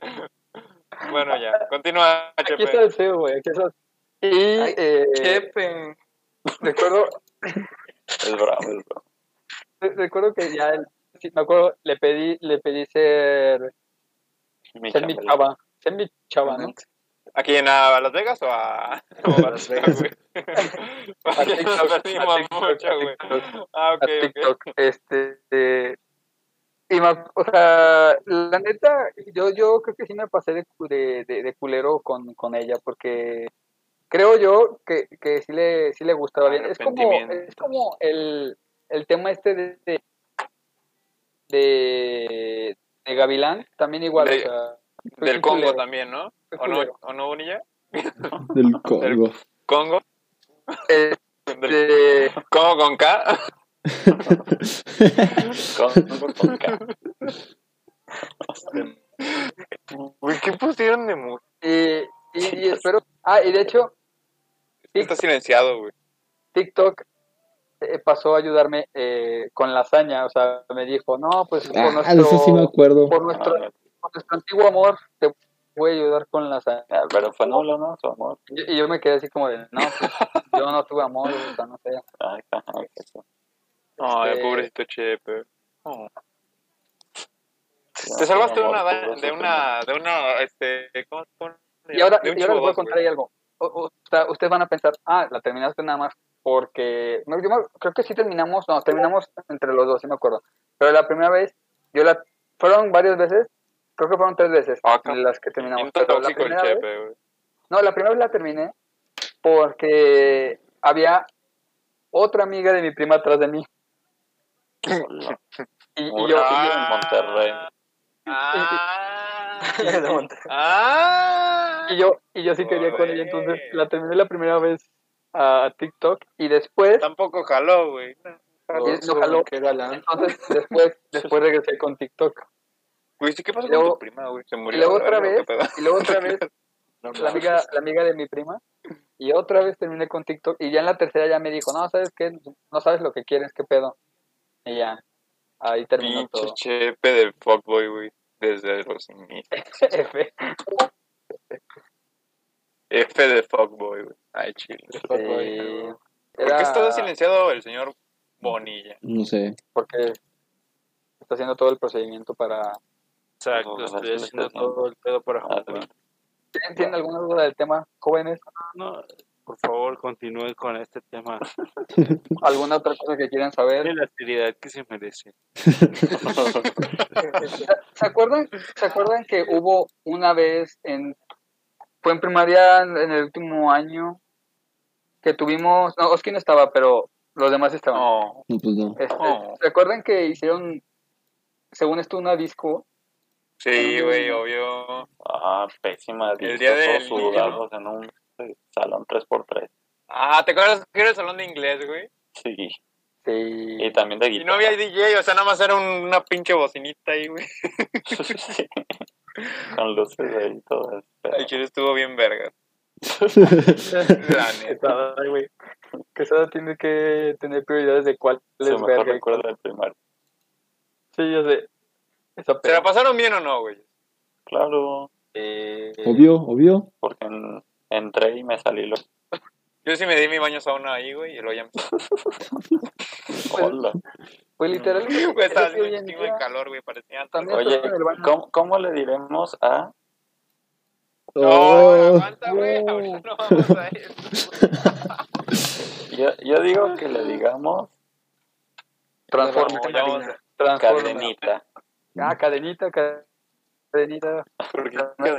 A: Bueno, ya. Continúa,
E: Aquí está
A: HP.
E: el feo, güey. aquí está- Y eh,
D: Chepe.
E: recuerdo,
C: Es bravo, es bravo.
E: re- recuerdo que ya, el- sí, me acuerdo, le pedí, le pedí ser,
C: Mi
E: ser mi
C: chamba.
E: chava, ser mi chava, ¿no?
A: ¿A quién? ¿A Las Vegas o a, o a Las Vegas, güey? Porque nos
E: TikTok, a
A: perdimos
E: TikTok,
A: mucho,
E: a
A: güey.
E: TikTok,
A: Ah, ok,
E: a
A: ok.
E: TikTok. Este, eh, y me ac- o sea, la neta, yo, yo creo que sí me pasé de, cu- de, de- de culero con, con ella, porque creo yo que, que sí, le, sí le gustaba bien. Es como, es como el, el tema este de, de, de, de Gavilán, también igual,
A: De-
E: o sea, fue
A: Del
E: sí
A: Congo
E: culero,
A: también, ¿no?
E: fue
A: ¿O no,
E: culero.
A: ¿O no Bonilla?
B: Del Congo.
A: ¿Congo? Del-
E: Este,
A: ¿Congo con K?
C: Con- con K.
A: Güey, ¿qué pusieron de música?
E: y, Este, y, y espero, ah, y de hecho,
A: Está silenciado, güey.
E: TikTok eh, pasó a ayudarme eh, con la hazaña, o sea, me dijo, no, pues por
B: Ah, de
E: nuestro,
B: eso sí me acuerdo.
E: por nuestro, por nuestro antiguo amor te voy a ayudar con la hazaña.
C: Ah, pero fue nulo, ¿no? Su amor.
E: Y, y yo me quedé así como de, no, pues, yo no tuve amor, o sea, no sé.
C: Ay, Ah, ajá, qué eso.
A: Ay,
E: Este-
A: pobrecito Chepe. Oh.
C: No,
A: Te salvaste de
C: amor,
A: una, da-
C: todo
A: de
C: eso,
A: una, de una, este, ¿cómo cómo se llama?
E: Y ahora,
A: de un
E: y ahora les voy a
A: chivodazo,
E: contar
A: güey.
E: ahí algo. O- o- o sea, ustedes van a pensar, ah, la terminaste nada más porque... no, yo me- creo que sí terminamos, no, terminamos entre los dos, sí me acuerdo. Pero la primera vez, yo la... Fueron varias veces, creo que fueron tres veces
A: Ah, cabrón.
E: las que terminamos.
A: Bien
E: Pero la
A: tóxico el
E: primera vez,
A: Chepe, güey.
E: No, la primera vez la terminé porque había otra amiga de mi prima atrás de mí.
C: Hola.
E: Y, y
C: Muy
E: yo,
C: bien. Monterrey.
A: Ah,
E: y
A: ah.
E: yo, y yo sí quería con ella, entonces la terminé la primera vez a TikTok y después,
A: Tampoco jaló, güey.
E: no jaló.
D: Qué galán.
E: entonces después, después regresé con TikTok.
A: Güey, ¿sí ¿qué pasó
E: Luego-
A: con tu prima, güey? Se
E: Y
A: murió.
E: luego otra
A: ¿verdad?
E: vez,
A: ¿Qué pedo?
E: y luego otra vez, la
D: pues,
E: amiga, la amiga de mi prima, y otra vez terminé con TikTok y ya en la tercera ya me dijo, no, ¿sabes qué? No sabes lo que quieres, qué pedo. Y ya, ahí terminó
A: Pinche
E: todo.
A: Chepe de fuckboy, güey. Desde los inicios.
E: F.
A: F de fuckboy, güey. Ay, chile.
E: Eh,
A: ¿Por qué está
E: era-
A: silenciado el señor Bonilla?
B: No sé.
E: Porque está haciendo todo el procedimiento para...
F: Exacto,
C: Pues,
F: estoy
C: gracias,
F: haciendo
C: gracias.
F: todo el pedo para
C: Ah,
F: jugar.
E: ¿Tienen, tienen alguna duda del tema, jóvenes?
F: No, por favor, continúen con este tema.
E: ¿Alguna otra cosa que quieran saber?
F: Tiene la seriedad que se merece.
E: ¿Se acuerdan, ¿Se acuerdan que hubo una vez en... Fue en primaria en en el último año que tuvimos... No, Oski no estaba, pero los demás estaban.
A: No.
B: No, pues no.
E: Este,
A: Oh.
E: ¿Se acuerdan que hicieron, según esto, una disco?
A: Sí, güey, obvio.
C: Ah, pésima.
A: El
C: El
A: día
C: día
A: del
C: Todos sudados en un eh, salón 3x3.
A: Ah, ¿te acuerdas que era el salón de inglés, güey?
C: Sí.
E: Sí.
C: Y también de
A: Y no
C: guitarra.
A: había DJ, o sea, nada más era un- una pinche bocinita ahí, güey.
C: Sí. Con luces ahí todas.
A: El chile estuvo bien verga. La neta.
E: Quesada, güey. Quesada tiene que tener prioridades de cuál es
C: Su mejor
E: verga.
C: recuerdo del primario.
E: Sí, yo sé. Esa
A: ¿Se la
E: peda.
A: pasaron bien o no, güey?
C: Claro,
E: Eh,
B: Obvio, obvio.
C: porque en- entré y me salí lo
A: Yo sí me di mi baño sauna ahí, güey, y lo ya me
C: Hola.
E: Pues literalmente.
A: Güey, estaba
E: es que hoy
A: haciendo
E: en
A: un chingo de
E: día
A: calor, güey, parecía antes.
E: También
C: Oye,
E: estás en el baño.
C: ¿cómo, cómo le diremos a
A: No,
B: Oh.
A: aguanta, güey, ahorita no vamos a eso.
C: Yo, yo digo que le digamos
E: Transforma.
A: No, ya vamos a-
E: Transforma.
C: cadenita.
E: Ah, cadenita, ca- cadenita.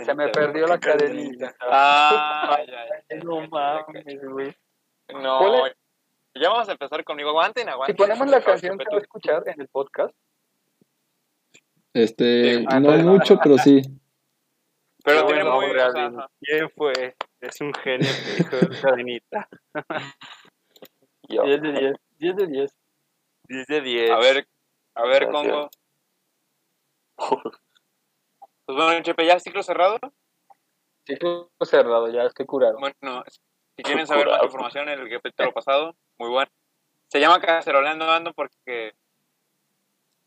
E: Se me perdió la cadenita.
A: Ah, ya, ya, ya,
E: No
A: ya,
E: mames, güey.
A: ya. No,
E: Ponle-
A: ya vamos a empezar conmigo. Aguanten,
E: Si
A: aguanten.
E: ponemos la
A: Por favor,
E: canción que
A: chupete.
E: va a escuchar en el podcast,
B: Este,
E: Ah,
B: no
E: entonces-
B: mucho, pero sí.
A: Pero
F: Qué
A: tiene
F: bueno,
A: muy...
F: real,
A: o sea,
F: güey.
A: ajá.
F: ¿Quién fue? Es un genio que dijo el cadenita.
C: Yo.
E: 10 de 10. 10 de 10.
F: 10 de 10.
A: A ver, a ver,
C: Gracias.
A: Congo. Pues bueno, Chepe, ¿ya ciclo cerrado?
E: Ciclo cerrado, ya estoy curado.
A: Bueno, si quieren saber más
C: Curado.
A: información, el capítulo pasado, muy bueno. Se llama Caceroleando Ando porque...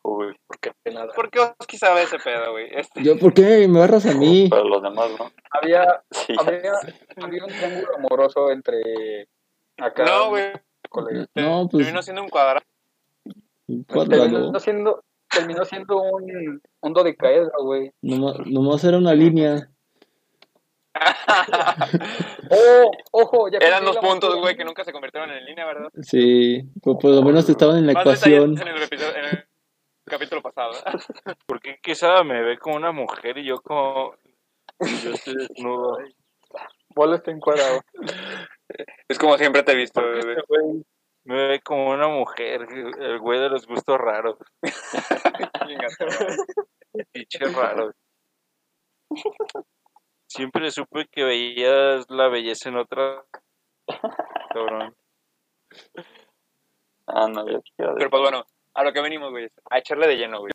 C: Uy,
D: De nada.
A: Porque Oski sabe ese pedo, güey. Este,
B: Yo, ¿por qué me barras a mí?
C: pero los demás no.
E: Había,
C: Sí,
E: había, había un triángulo amoroso entre acá.
A: no, güey.
E: colegas.
B: No, pues,
A: Terminó siendo un cuadrado.
B: cuádralo.
E: Terminó siendo, terminó siendo un, un dodecaedro, güey.
B: Nomás, nomás era una línea.
E: ¡Oh! ¡Ojo! Ya
A: Eran
E: conseguí
A: dos
E: la
A: puntos,
E: materia.
A: güey, que nunca se convirtieron en línea, ¿verdad?
B: Sí, por, por lo menos estaban en la
A: Más detalles
B: ecuación.
A: en el, episodio, en el capítulo pasado.
F: ¿Por qué Quesada me ve como una mujer y yo como... y Yo estoy desnudo.
E: Bola está encuadrado.
A: Es como siempre te he visto,
F: ¿Por qué este güey Me ve como una mujer, el güey de los gustos raros. Pinche raro. Siempre supe que veías la belleza en otra. Cabrón.
C: Ah, no, yo
A: Pero
C: quiero decir.
A: pues bueno, a lo que venimos, güey, es a echarle de lleno, güey.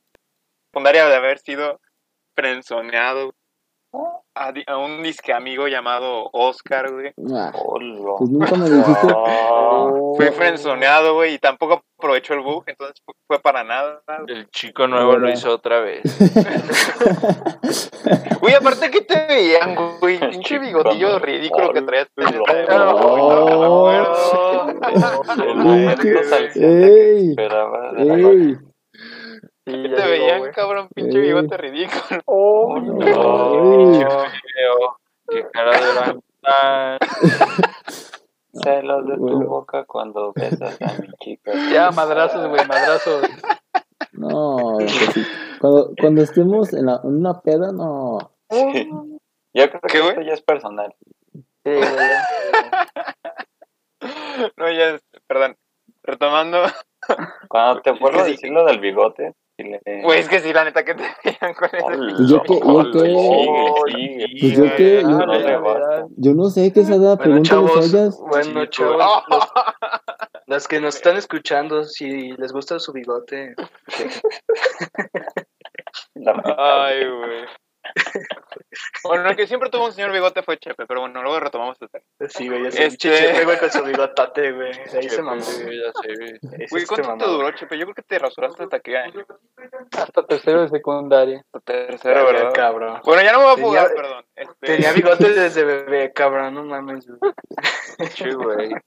A: Secundaria de haber sido frenzoneado a, di- a un disque amigo llamado Oscar, güey.
B: Ah,
C: Hola.
B: pues nunca me dijiste.
D: Oh.
C: Ah,
A: Fue frenzoneado, güey, y tampoco aprovechó el bug, entonces fu- fue para nada.
F: El chico nuevo lo hizo otra vez.
A: Güey, aparte que te veían, güey, pinche bigotillo ridículo que traías.
B: Oh. Pinche-
C: el maestro salsita que
B: ¡Ey!
C: esperaba de la
B: ¡Ey!
E: Sí,
A: Te
E: ya llegó,
A: veían,
E: güey.
A: cabrón, pinche bigote ridículo.
E: ¡Oh!
C: no.
F: Creo que cara de orangután.
C: Celos de
B: Bueno.
C: tu boca cuando besas a mi chica.
E: Ya, madrazos, güey, madrazos.
B: No, pues sí. cuando, cuando estemos en, la, en una peda, no.
C: Sí. Yo creo
A: ¿Qué,
C: que
A: güey?
C: esto ya es personal.
E: Sí,
D: Eh,
E: güey.
A: No, ya, perdón. Retomando,
C: Cuando te vuelvo a
A: sí.
C: decir lo del bigote, dile,
A: güey, es que sí, la neta que te veían con ese.
B: Pues yo qué- yo
C: hola,
B: qué-
C: sigue, sigue.
B: Pues yo
E: Ah,
B: qué, yo,
C: no le
E: Navidad.
B: yo no sé qué se da,
D: Bueno,
B: pregúntales a
D: chavos,
B: ellas.
D: bueno,
F: Sí,
D: chavos,
A: güey.
D: los- las que nos están escuchando, si les gusta su bigote,
C: La-
A: Ay, güey. Bueno, el que siempre tuvo un señor bigote fue Chepe, pero bueno, luego retomamos el tema.
D: sí, güey, ese
A: Este-
D: pinche Chepe, güey, con su bigotate, güey, ahí se mamó.
F: Sí, ya sé.
D: Ahí sí
A: Güey,
D: se
A: ¿cuánto
D: mamó.
A: te duró, Chepe? Yo creo que te rasuraste hasta que año.
E: Hasta tercero de secundaria.
A: Tercero,
D: Verga,
A: ¿verdad?
D: cabrón.
A: Bueno, ya no me voy a
D: Tenía-
A: fugar, perdón. Este,
D: Tenía bigote desde bebé, cabrón, no mames, güey.
F: Sí, güey.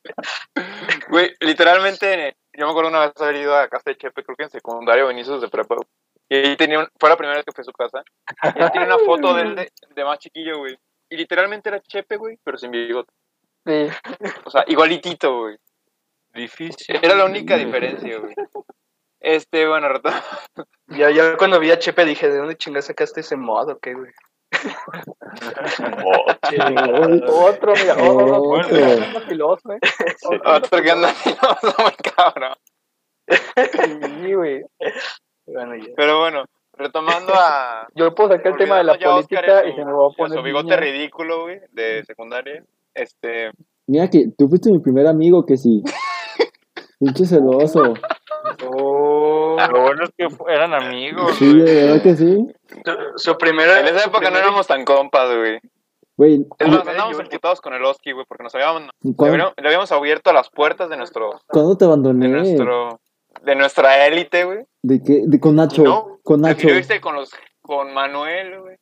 A: Güey, literalmente, yo me acuerdo una vez haber ido a casa de Chepe, creo que en secundario o inicios de prepa. güey. Y ahí tenía un- fue la primera vez que fui a su casa. Y ahí tenía una foto de él de, de más chiquillo, güey. Y literalmente era Chepe, güey, pero sin bigote.
E: Sí,
A: O sea, igualitito, güey.
F: Difícil.
A: Era la única diferencia, güey. Este, bueno, retom-
D: Yo, yo cuando vi a Chepe dije, ¿de dónde chingas sacaste ese modo, qué, güey?
C: Oh,
E: Otro, mira, otro,
B: Otro.
E: otro, otro filoso, eh.
C: sí.
A: otro que anda así, no, muy cabrón.
E: Sí, güey.
D: Bueno, ya.
A: Pero bueno, retomando a.
E: Yo puedo sacar el tema de la
A: olvidando ya a Oscar en
E: política y
A: su-
E: se me va a
A: en
E: poner.
A: Su bigote
E: niña.
A: ridículo, güey, de secundaria. Este.
B: Mira que tú fuiste mi primer amigo que sí. Pinche celoso.
F: Lo bueno es que fu- eran amigos,
B: Sí, de
F: güey.
B: verdad que sí.
D: Su, su primera...
A: En esa
D: su
A: época no
D: primera-
A: éramos tan compas, güey.
B: Güey,
A: Es más,
D: Yo-
A: andábamos
D: yo-
A: emputados con el Oski, güey, porque nos habíamos, le,
B: ¿cuándo,
A: habíamos, le habíamos abierto las puertas de nuestro,
B: cuándo te
A: de
B: abandoné?
A: nuestro, de nuestra élite, güey.
B: ¿De qué? De, con Nacho.
A: No,
B: con Nacho.
A: Prefirió irse con los, con Manuel, güey.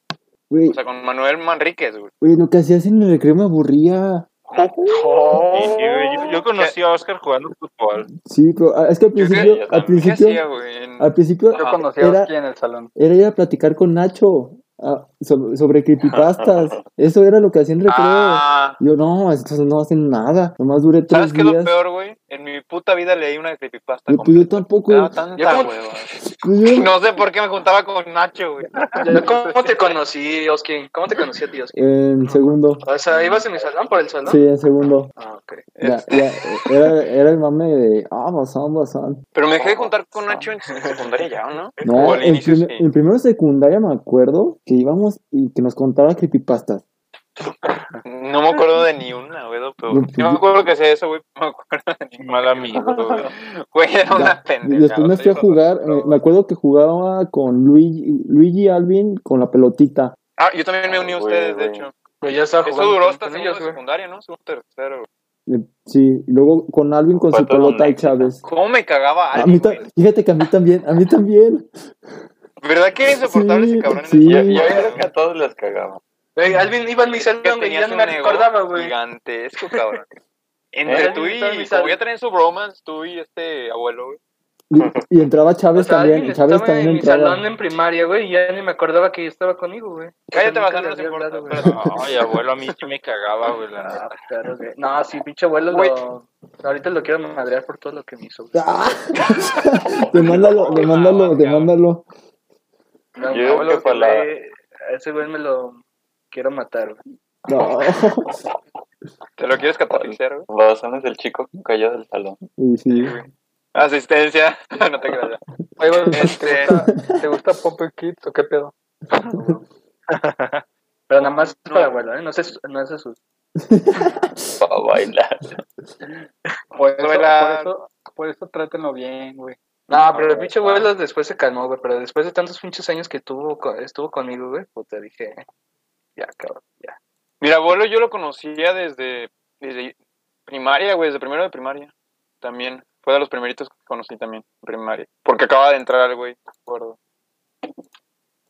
B: Güey,
A: O sea, con Manuel Manríquez, güey.
B: güey, lo que hacías en el recreo me aburría.
F: Sí, sí, güey, yo, yo conocí a Oscar jugando fútbol.
B: Sí, pero ah, es que al
A: Yo creo-
B: principio,
C: yo
B: al
C: también.
A: ¿Qué
B: principio,
A: hacía, güey? En-
B: al principio
E: Yo
A: Ah,
E: conocí a
B: era-
E: Oski en el salón.
B: era ir a platicar con Nacho ah, sobre, sobre creepypastas. Eso era lo que hacía en recreo.
A: Ah,
B: Yo no, estos no hacen nada. Nomás duré tres
A: ¿sabes qué es lo
B: días.
A: peor, güey? En mi puta vida leí una creepypasta.
B: Yo, pues, yo
A: completa.
B: tampoco.
A: Me daba tanta
D: Yo como-
A: hueva.
B: pues, yo-
A: Ah, No sé por qué me juntaba con Nacho, güey.
D: ¿Cómo te conocí, Oski? ¿Cómo te conocí a ti, Oski?
B: En segundo.
D: O
A: Mm.
D: sea, ¿ibas en mi salón por el salón?
B: Sí, en segundo.
D: Ah, ok.
B: Ya,
A: Este.
B: ya, era, era el mame de. Ah, basón, basón.
A: Pero me dejé de juntar con Nacho en secundaria ya, ¿o no?
B: No,
A: O al
B: en,
A: inicio
B: primer-
A: sí.
B: en primero de secundaria me acuerdo que íbamos y que nos contaba creepypastas.
A: No me acuerdo de ni una, güey, pero
B: No,
A: yo me acuerdo que hacía eso, güey. No me acuerdo de ninguna.
F: Mal amigo, güey.
A: Güey, era
B: Ya,
A: una
B: y
A: pendeja.
B: Después me fui a jugar. eh, Me, me acuerdo que jugaba con Luigi, Luigi Alvin con la pelotita.
A: Ah, yo también me uní a
C: Güey,
A: ustedes, de
C: güey.
A: hecho.
D: Pero ya estaba
A: Eso
D: jugando
A: duró
D: con-
A: hasta
D: con
A: segundo
D: ellos,
A: de
D: güey.
A: secundaria, ¿no? Segundo, tercero. güey.
B: Eh, Sí, y luego con Alvin con
C: Fue
B: su
C: todo un
B: pelota y
C: éxito.
B: Chávez.
A: ¿Cómo me cagaba
B: A mí
A: alguien,
B: ta-
A: güey?
B: fíjate que a mí también, a mí también.
A: ¿Verdad que era insoportable
B: Sí,
A: ese cabrón? en
B: sí.
C: Yo,
A: el-
C: yo
A: Ya- ya-
C: creo que a todos les cagaba.
D: Güey, Alvin iba en mi
A: que
D: salón, güey, ya
A: tenías
D: no
A: un
D: me
A: ego
D: recordaba, güey.
A: gigantesco, cabrón.
D: Eh,
A: Entre tú y...
D: estaba en mi
A: Como
D: sala.
A: ya tenían su bromance, tú y este abuelo, güey.
B: Y, y entraba
D: O
B: Chávez
D: sea,
B: también,
D: Alvin
B: Chávez
D: estaba
B: también
D: en mi
B: entraba.
D: salón en primaria, güey, y ya ni me acordaba que estaba conmigo, güey.
A: Cállate,
D: vas Pues a
A: Bazán, no se importa, espérate.
F: Ay, abuelo, a mí sí me cagaba, güey. la-
D: Ah, No, sí, pinche abuelo,
A: Güey.
D: lo... ahorita lo quiero madrear por todo lo que me hizo. güey.
B: ¡Ah! demándalo, demándalo, demándalo.
D: No,
C: Yo
D: mi abuelo
C: creo que
D: que
C: para-
D: le- a ese güey me lo quiero matar, güey.
B: No.
A: ¿Te lo quieres catapixear, güey?
C: Bazán es el chico que cayó del salón.
B: Y sí.
A: Asistencia. no te creas.
E: Oye, güey, ¿te
A: Este-
E: gusta- ¿te gusta Pop Kids o qué pedo?
D: Pero nada más
A: No.
D: para abuelo, ¿eh? No se, no se sus...
C: Para bailar.
E: Por eso,
A: Abuela.
E: por eso, por eso trátenlo bien, güey.
D: No, pero el pinche abuelo después se calmó, güey. Pero después de tantos pinches años que tuvo, co- estuvo conmigo, güey, pues te dije, ya, cabrón, ya.
A: Mira, abuelo, yo lo conocía desde, desde primaria, güey, desde primero de primaria. También. Fue de los primeritos que conocí también, en primaria. Porque acaba de entrar, güey, me acuerdo.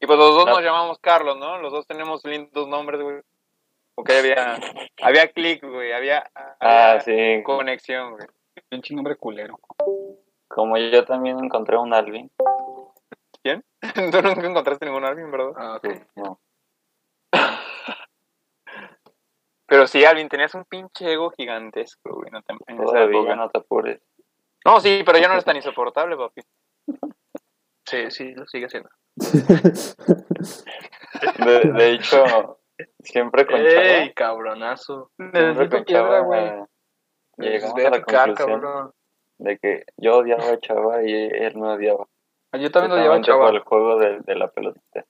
A: Y pues los dos
C: Ah.
A: nos llamamos Carlos, ¿no? Los dos tenemos lindos nombres, güey. Porque había, había click, güey, había,
C: Ah,
A: había
C: sí.
A: conexión, güey.
E: Pinche nombre culero.
C: Como yo también encontré un Alvin.
A: Tú nunca encontraste ningún Alvin, ¿verdad?
D: Ah, ok.
C: Sí, no.
A: Pero sí, Alvin, tenías un pinche ego gigantesco, güey, no te- en esa época.
C: Todavía no te apures.
A: No, sí, pero ya no eres tan insoportable, papi.
D: Sí, sí, lo sigue haciendo.
C: De, de hecho, siempre con Chava.
D: ¡Ey, cabronazo!
C: Siempre
E: Necesito
C: con
E: piedra,
C: Chava. eh,
E: güey.
C: me- Llegamos
D: Ve
C: a la
D: picar,
C: conclusión
D: cabrón.
C: de que yo odiaba a Chava y él me odiaba.
E: Ah, Yo también lo llevo,
C: Justamente por
E: chaval.
C: el juego de, de la pelotita.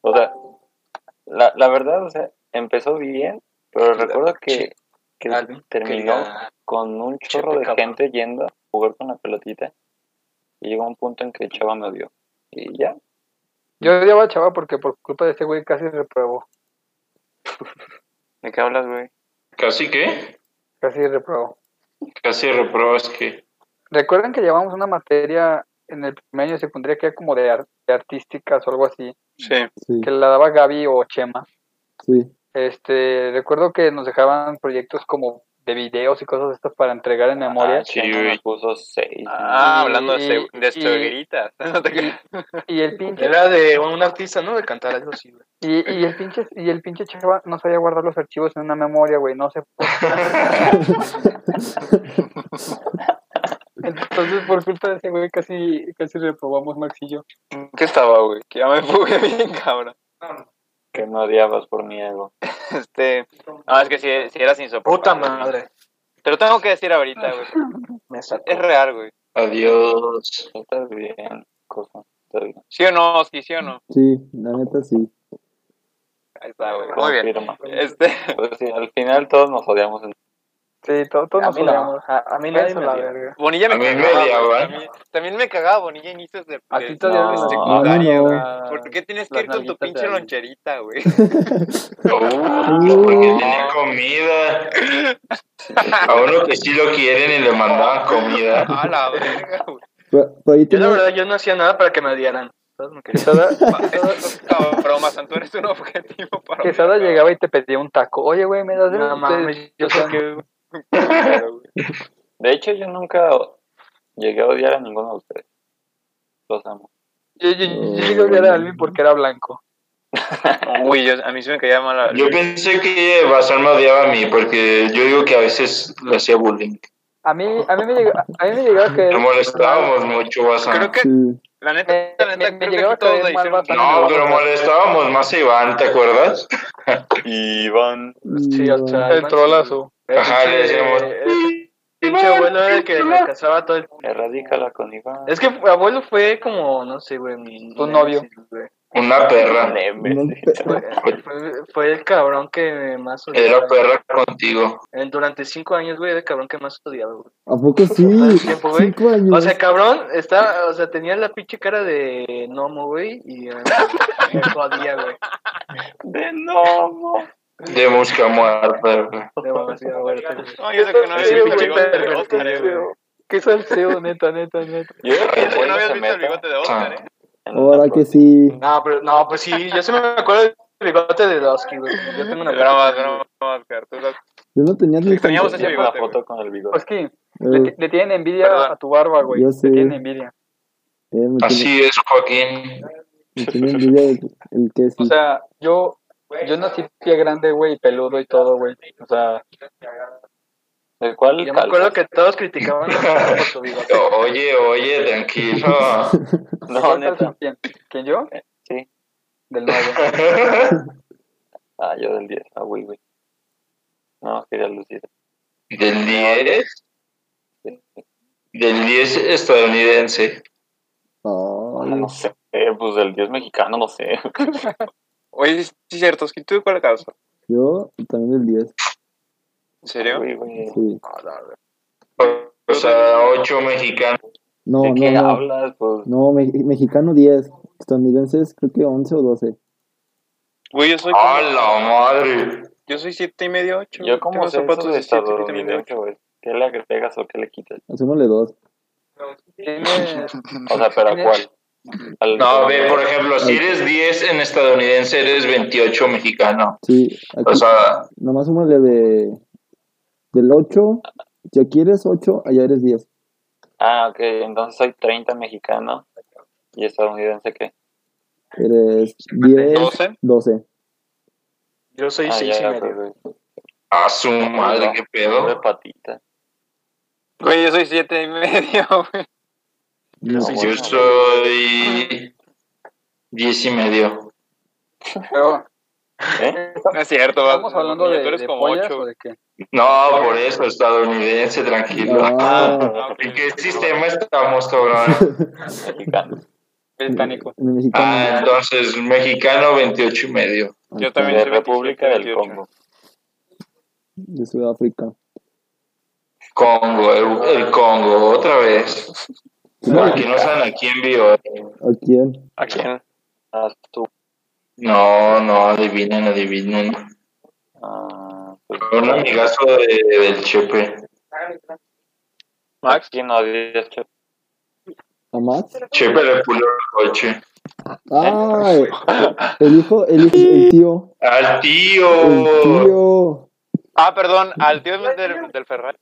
C: O sea, la, la verdad, o sea, empezó bien, pero recuerdo que, que
D: Alvin,
C: terminó
D: querida.
C: con un chorro
D: Chepe,
C: de
D: cabrón.
C: gente yendo a jugar con la pelotita. Y llegó un punto en que Chava me odió. Y ya,
E: Yo odiaba a Chava porque por culpa de ese güey casi reprobó.
A: ¿De qué hablas, güey?
F: ¿Casi qué?
E: Casi reprobó.
F: Casi reprobas que.
E: Recuerden que llevamos una materia en el primer año de secundaria que era como de, ar- de artísticas o algo así,
A: Sí.
B: Sí,
E: que la daba Gaby o Chema.
B: sí.
E: Este, recuerdo que nos dejaban proyectos como de videos y cosas de estas para entregar en memoria.
C: Ah, Chema
F: güey.
C: me puso seis.
A: Ah, hablando de,
E: Y-
A: ce- de
E: y-
A: cegueritas. No te creas.
E: Y el pinche
D: Era de un artista, ¿no? De cantar algo así, güey.
E: Y, y el pinche, y el pinche chava no sabía guardar los archivos en una memoria, güey, no sé. por qué. Entonces, por culpa de ese güey, casi, casi reprobamos Maxillo.
A: ¿Qué estaba, güey? Que ya me fugué bien, cabrón.
C: Que me odiabas por mi ego.
A: Este. Ah, es que si, si eras insoportable.
D: Puta madre.
A: Te lo tengo que decir ahorita, güey.
D: Me sacó.
A: Es real, güey.
F: Adiós.
C: Estás bien, cosa. Estás bien.
A: ¿Sí o no, Oski? ¿Sí o no?
B: Sí, la neta sí.
A: Ahí está, güey. Muy bien.
C: Confirma.
A: Este.
C: Pues sí, al final todos nos odiamos.
E: Sí, to- todos
D: A
E: nos
D: mí no.
E: odiamos.
D: A, a mí nadie
E: Eso,
D: me
E: la
D: dio.
E: verga.
A: Bonilla me
C: A mí me
A: cagaba.
C: odiaba.
A: güey. También, también me cagaba Bonilla a inicios de,
E: A
A: de-
E: ti todavía
A: de
E: no.
A: secundaria,
B: A mí no.
A: güey. ¿Por qué tienes que
E: Las
A: ir con tu
E: nalguitas de
A: pinche
E: ahí.
A: loncherita, güey?
B: Uh.
C: Oh, porque tenía comida. A uno que sí lo quieren y le mandaban comida.
A: A la verga, güey.
B: Pero, pero ahí
D: Yo la
B: tenía-
D: verdad, yo no hacía nada para que me odiaran. ¿Sabes? Me quería-
A: Cabrón, Mazán, tú eres un objetivo para.
E: Quesada llegaba y te pedía un taco. Oye, güey, ¿me das de
D: No mames, yo sé que...
C: De hecho, yo nunca o- llegué a odiar a ninguno de ustedes. Los amo.
E: Yo, yo, yo llegué a odiar a Alvin porque era blanco.
A: Uy, yo- a mí sí me caía mal. a-
C: Yo pensé que Bazán me odiaba a mí porque yo digo que a veces le hacía bullying.
E: A mí, a mí me llegaba, a mí me llegaba a caer-
C: Nos molestábamos mucho, Bazán.
A: Creo que,
B: sí.
A: la neta,
E: Me-
A: la neta,
E: Eh, me- me
A: creo
E: llegaba
A: que
E: a
A: aquí todos
E: caer
A: le
E: mal
A: hicieron
E: Bazán.
C: No, pero molestábamos más a Iván, ¿te acuerdas? Iván.
D: Sí, o sea,
B: No,
D: Iván, sí.
C: Ajá, le
D: pinche-
C: decíamos,
D: el Pinche abuelo era el que me casaba todo el...
C: Erradícala con Iván.
D: Es que abuelo fue como, no sé, güey, mi...
E: Tu
D: mi
E: novio.
D: némesis, güey.
C: Una perra.
B: no, pero-
D: Fue, fue el cabrón que más
C: Era
D: odiaba.
C: perra contigo.
D: En- Durante cinco años, güey, era el cabrón que más odiaba, güey.
B: ¿A poco sí?
D: Todo el tiempo, güey.
B: Cinco años.
D: O sea, cabrón, está, o sea, tenía la pinche cara de gnomo, güey, y eh, me jodía, güey.
C: De nuevo. De mosca muerta.
D: Demasiado fuerte, güey.
A: No, yo sé que no había
D: Sí,
A: visto el
D: güey,
A: bigote de
D: pero-
A: Oscar, eh, güey.
E: Qué salseo, neta, neta, neta.
C: Yo creo
A: Yo sé que no habías visto el bigote de Oscar, eh.
B: Ahora que sí.
D: No, pero, no, pues sí, yo se me acuerdo del bigote de Dosky, güey. Yo tengo una
A: Broma,
D: foto con-
A: broma, Oscar. Tú sabes-
B: Yo no tenía ni
A: Extrañamos
B: cinco-
A: ese
C: una
A: bigote. güey.
C: foto con el bigote.
E: Pues que le,
B: Eh,
E: le tienen envidia
A: Perdón.
E: a tu barba, güey.
B: Ya
E: Le
B: sé.
E: tienen envidia.
B: eh, me
D: Ah,
B: tiene-
C: Así es, Joaquín.
B: me tiene envidia el- el que sí.
E: O sea, yo, yo nací pie grande, güey, peludo y todo, güey. O sea,
C: ¿El cual?
D: Yo me acuerdo que todos criticaban a Dosky por su bigote.
C: Oye, oye, tranquilo.
E: ¿cuál
C: No, neta.
E: calzas ¿quién? ¿Quién yo?
D: Eh,
C: Sí.
E: Del novio.
C: Ah, yo del 10. Ah, güey, güey. No, quería lucir. ¿Del 10? Del 10 estadounidense.
B: Ay,
C: Ah, No sé, pues del 10 mexicano, no sé.
A: Oye, sí, sí, cierto, es que tú de cuál causa.
B: yo también el 10.
A: ¿En serio?
C: Güey, güey. Ah,
B: Sí.
C: O sea, 8 mexicanos.
B: No,
C: ¿De
B: no,
C: qué
B: no.
C: hablas? Pues
B: No, me- mexicano 10. Estadounidenses creo que 11 o 12.
A: Güey, yo soy. como-
C: ¡A la madre!
A: Yo soy siete y medio, ocho.
C: Yo como
A: Tengo
C: sé eso de
A: siete y medio,
C: estadounidense, güey. ¿Qué le agregas o qué le quitas?
B: Asúmale 2.
E: Tiene-
C: O sea, ¿pero a cuál? Al-
G: No, ve, por ejemplo, si eres 10 en estadounidense, eres 28 mexicano.
B: Sí. Aquí,
G: O sea,
B: nomás súmale de, del 8. Si aquí eres 8, allá eres 10.
C: Ah, ok, entonces soy 30 mexicano y estadounidense, ¿qué?
B: Eres 10,
A: 12.
B: 12.
D: Yo soy
C: Ah,
D: seis
C: ya,
D: y medio.
C: pues,
G: a su madre, qué
C: de
G: pedo.
C: patita.
A: Güey, yo soy siete y medio, güey.
B: No,
C: Sí,
G: Yo soy 10 y medio.
E: Pero,
C: ¿Eh?
A: No es cierto, vas-
E: ¿estamos hablando
A: niño,
E: de,
A: Tú eres
E: de
A: como
E: pollas
A: ocho.
E: o de qué?
G: No, por eso, estadounidense, tranquilo.
B: Ah,
A: Ah, ok.
G: ¿En qué sistema estamos, cabrón?
C: Mexicano.
E: Ah,
A: Británico.
B: en el mexicano.
G: Ah, entonces, mexicano 28 y medio.
A: Yo
B: Ah,
A: también
C: De
A: soy
C: República
A: 27,
C: del
A: 28.
C: Congo.
B: De Sudáfrica.
G: Congo, el, el Congo, otra vez. Aquí no saben a quién vio. eh.
B: ¿A quién?
C: ¿A quién? A tu.
G: No, no, adivinen, adivinen.
C: Ah, pues,
G: Un amigazo de- del Chepe.
C: Max. ¿Quién odia a Chepe?
B: ¿A Max?
G: Chepe le pulió el coche.
B: Ah, el hijo, el hijo, el tío.
G: ¡Al
B: El
G: tío!
B: tío.
A: Ah, perdón, al tío del, del Ferrari. Al tío del Ferrari,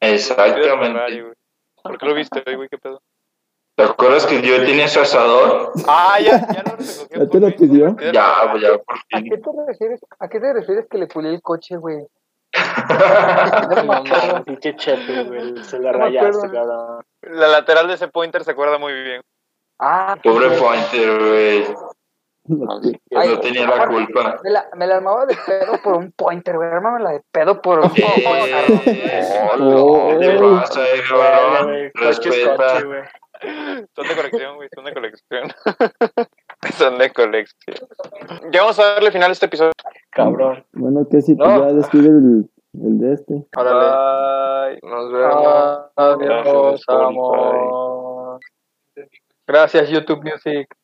G: Exactamente.
A: güey. ¿Por qué lo viste hoy, güey? ¿Qué pedo?
G: ¿Te acuerdas que yo tenía su asador?
A: Ah, ya, ya lo recogí.
B: ¿Ya te lo
A: por fin,
B: pidió?
A: al tío del
G: Ya,
A: Ferrari.
G: pues ya, por
E: ¿A qué
G: fin.
E: te refieres, a qué te refieres que le pulí el coche, güey?
D: No mames, pinche chepe, güey. Se la
E: No me
D: rayaste,
E: acuerdo.
D: cabrón.
A: La lateral de ese pointer se acuerda muy bien.
E: Ah,
G: Pobre Pointer, güey.
D: Ah,
E: Ay,
G: No tenía la culpa.
E: Me la, me la armaba de pedo por un pointer, güey. Armámela de pedo por un pointer.
G: Eh,
B: Oh,
G: ¿Qué te pasa, eh, cabrón? Respeta.
A: Son de colección, güey, son de colección. son de colección. Ya vamos a darle final a este episodio.
D: Cabrón.
B: Bueno, que si tú
D: No.
B: ya despide el, el de este.
E: Órale.
A: Bye.
C: Nos vemos.
E: Ah, Adiós,
C: Spotify.
E: amor. Gracias, YouTube Music.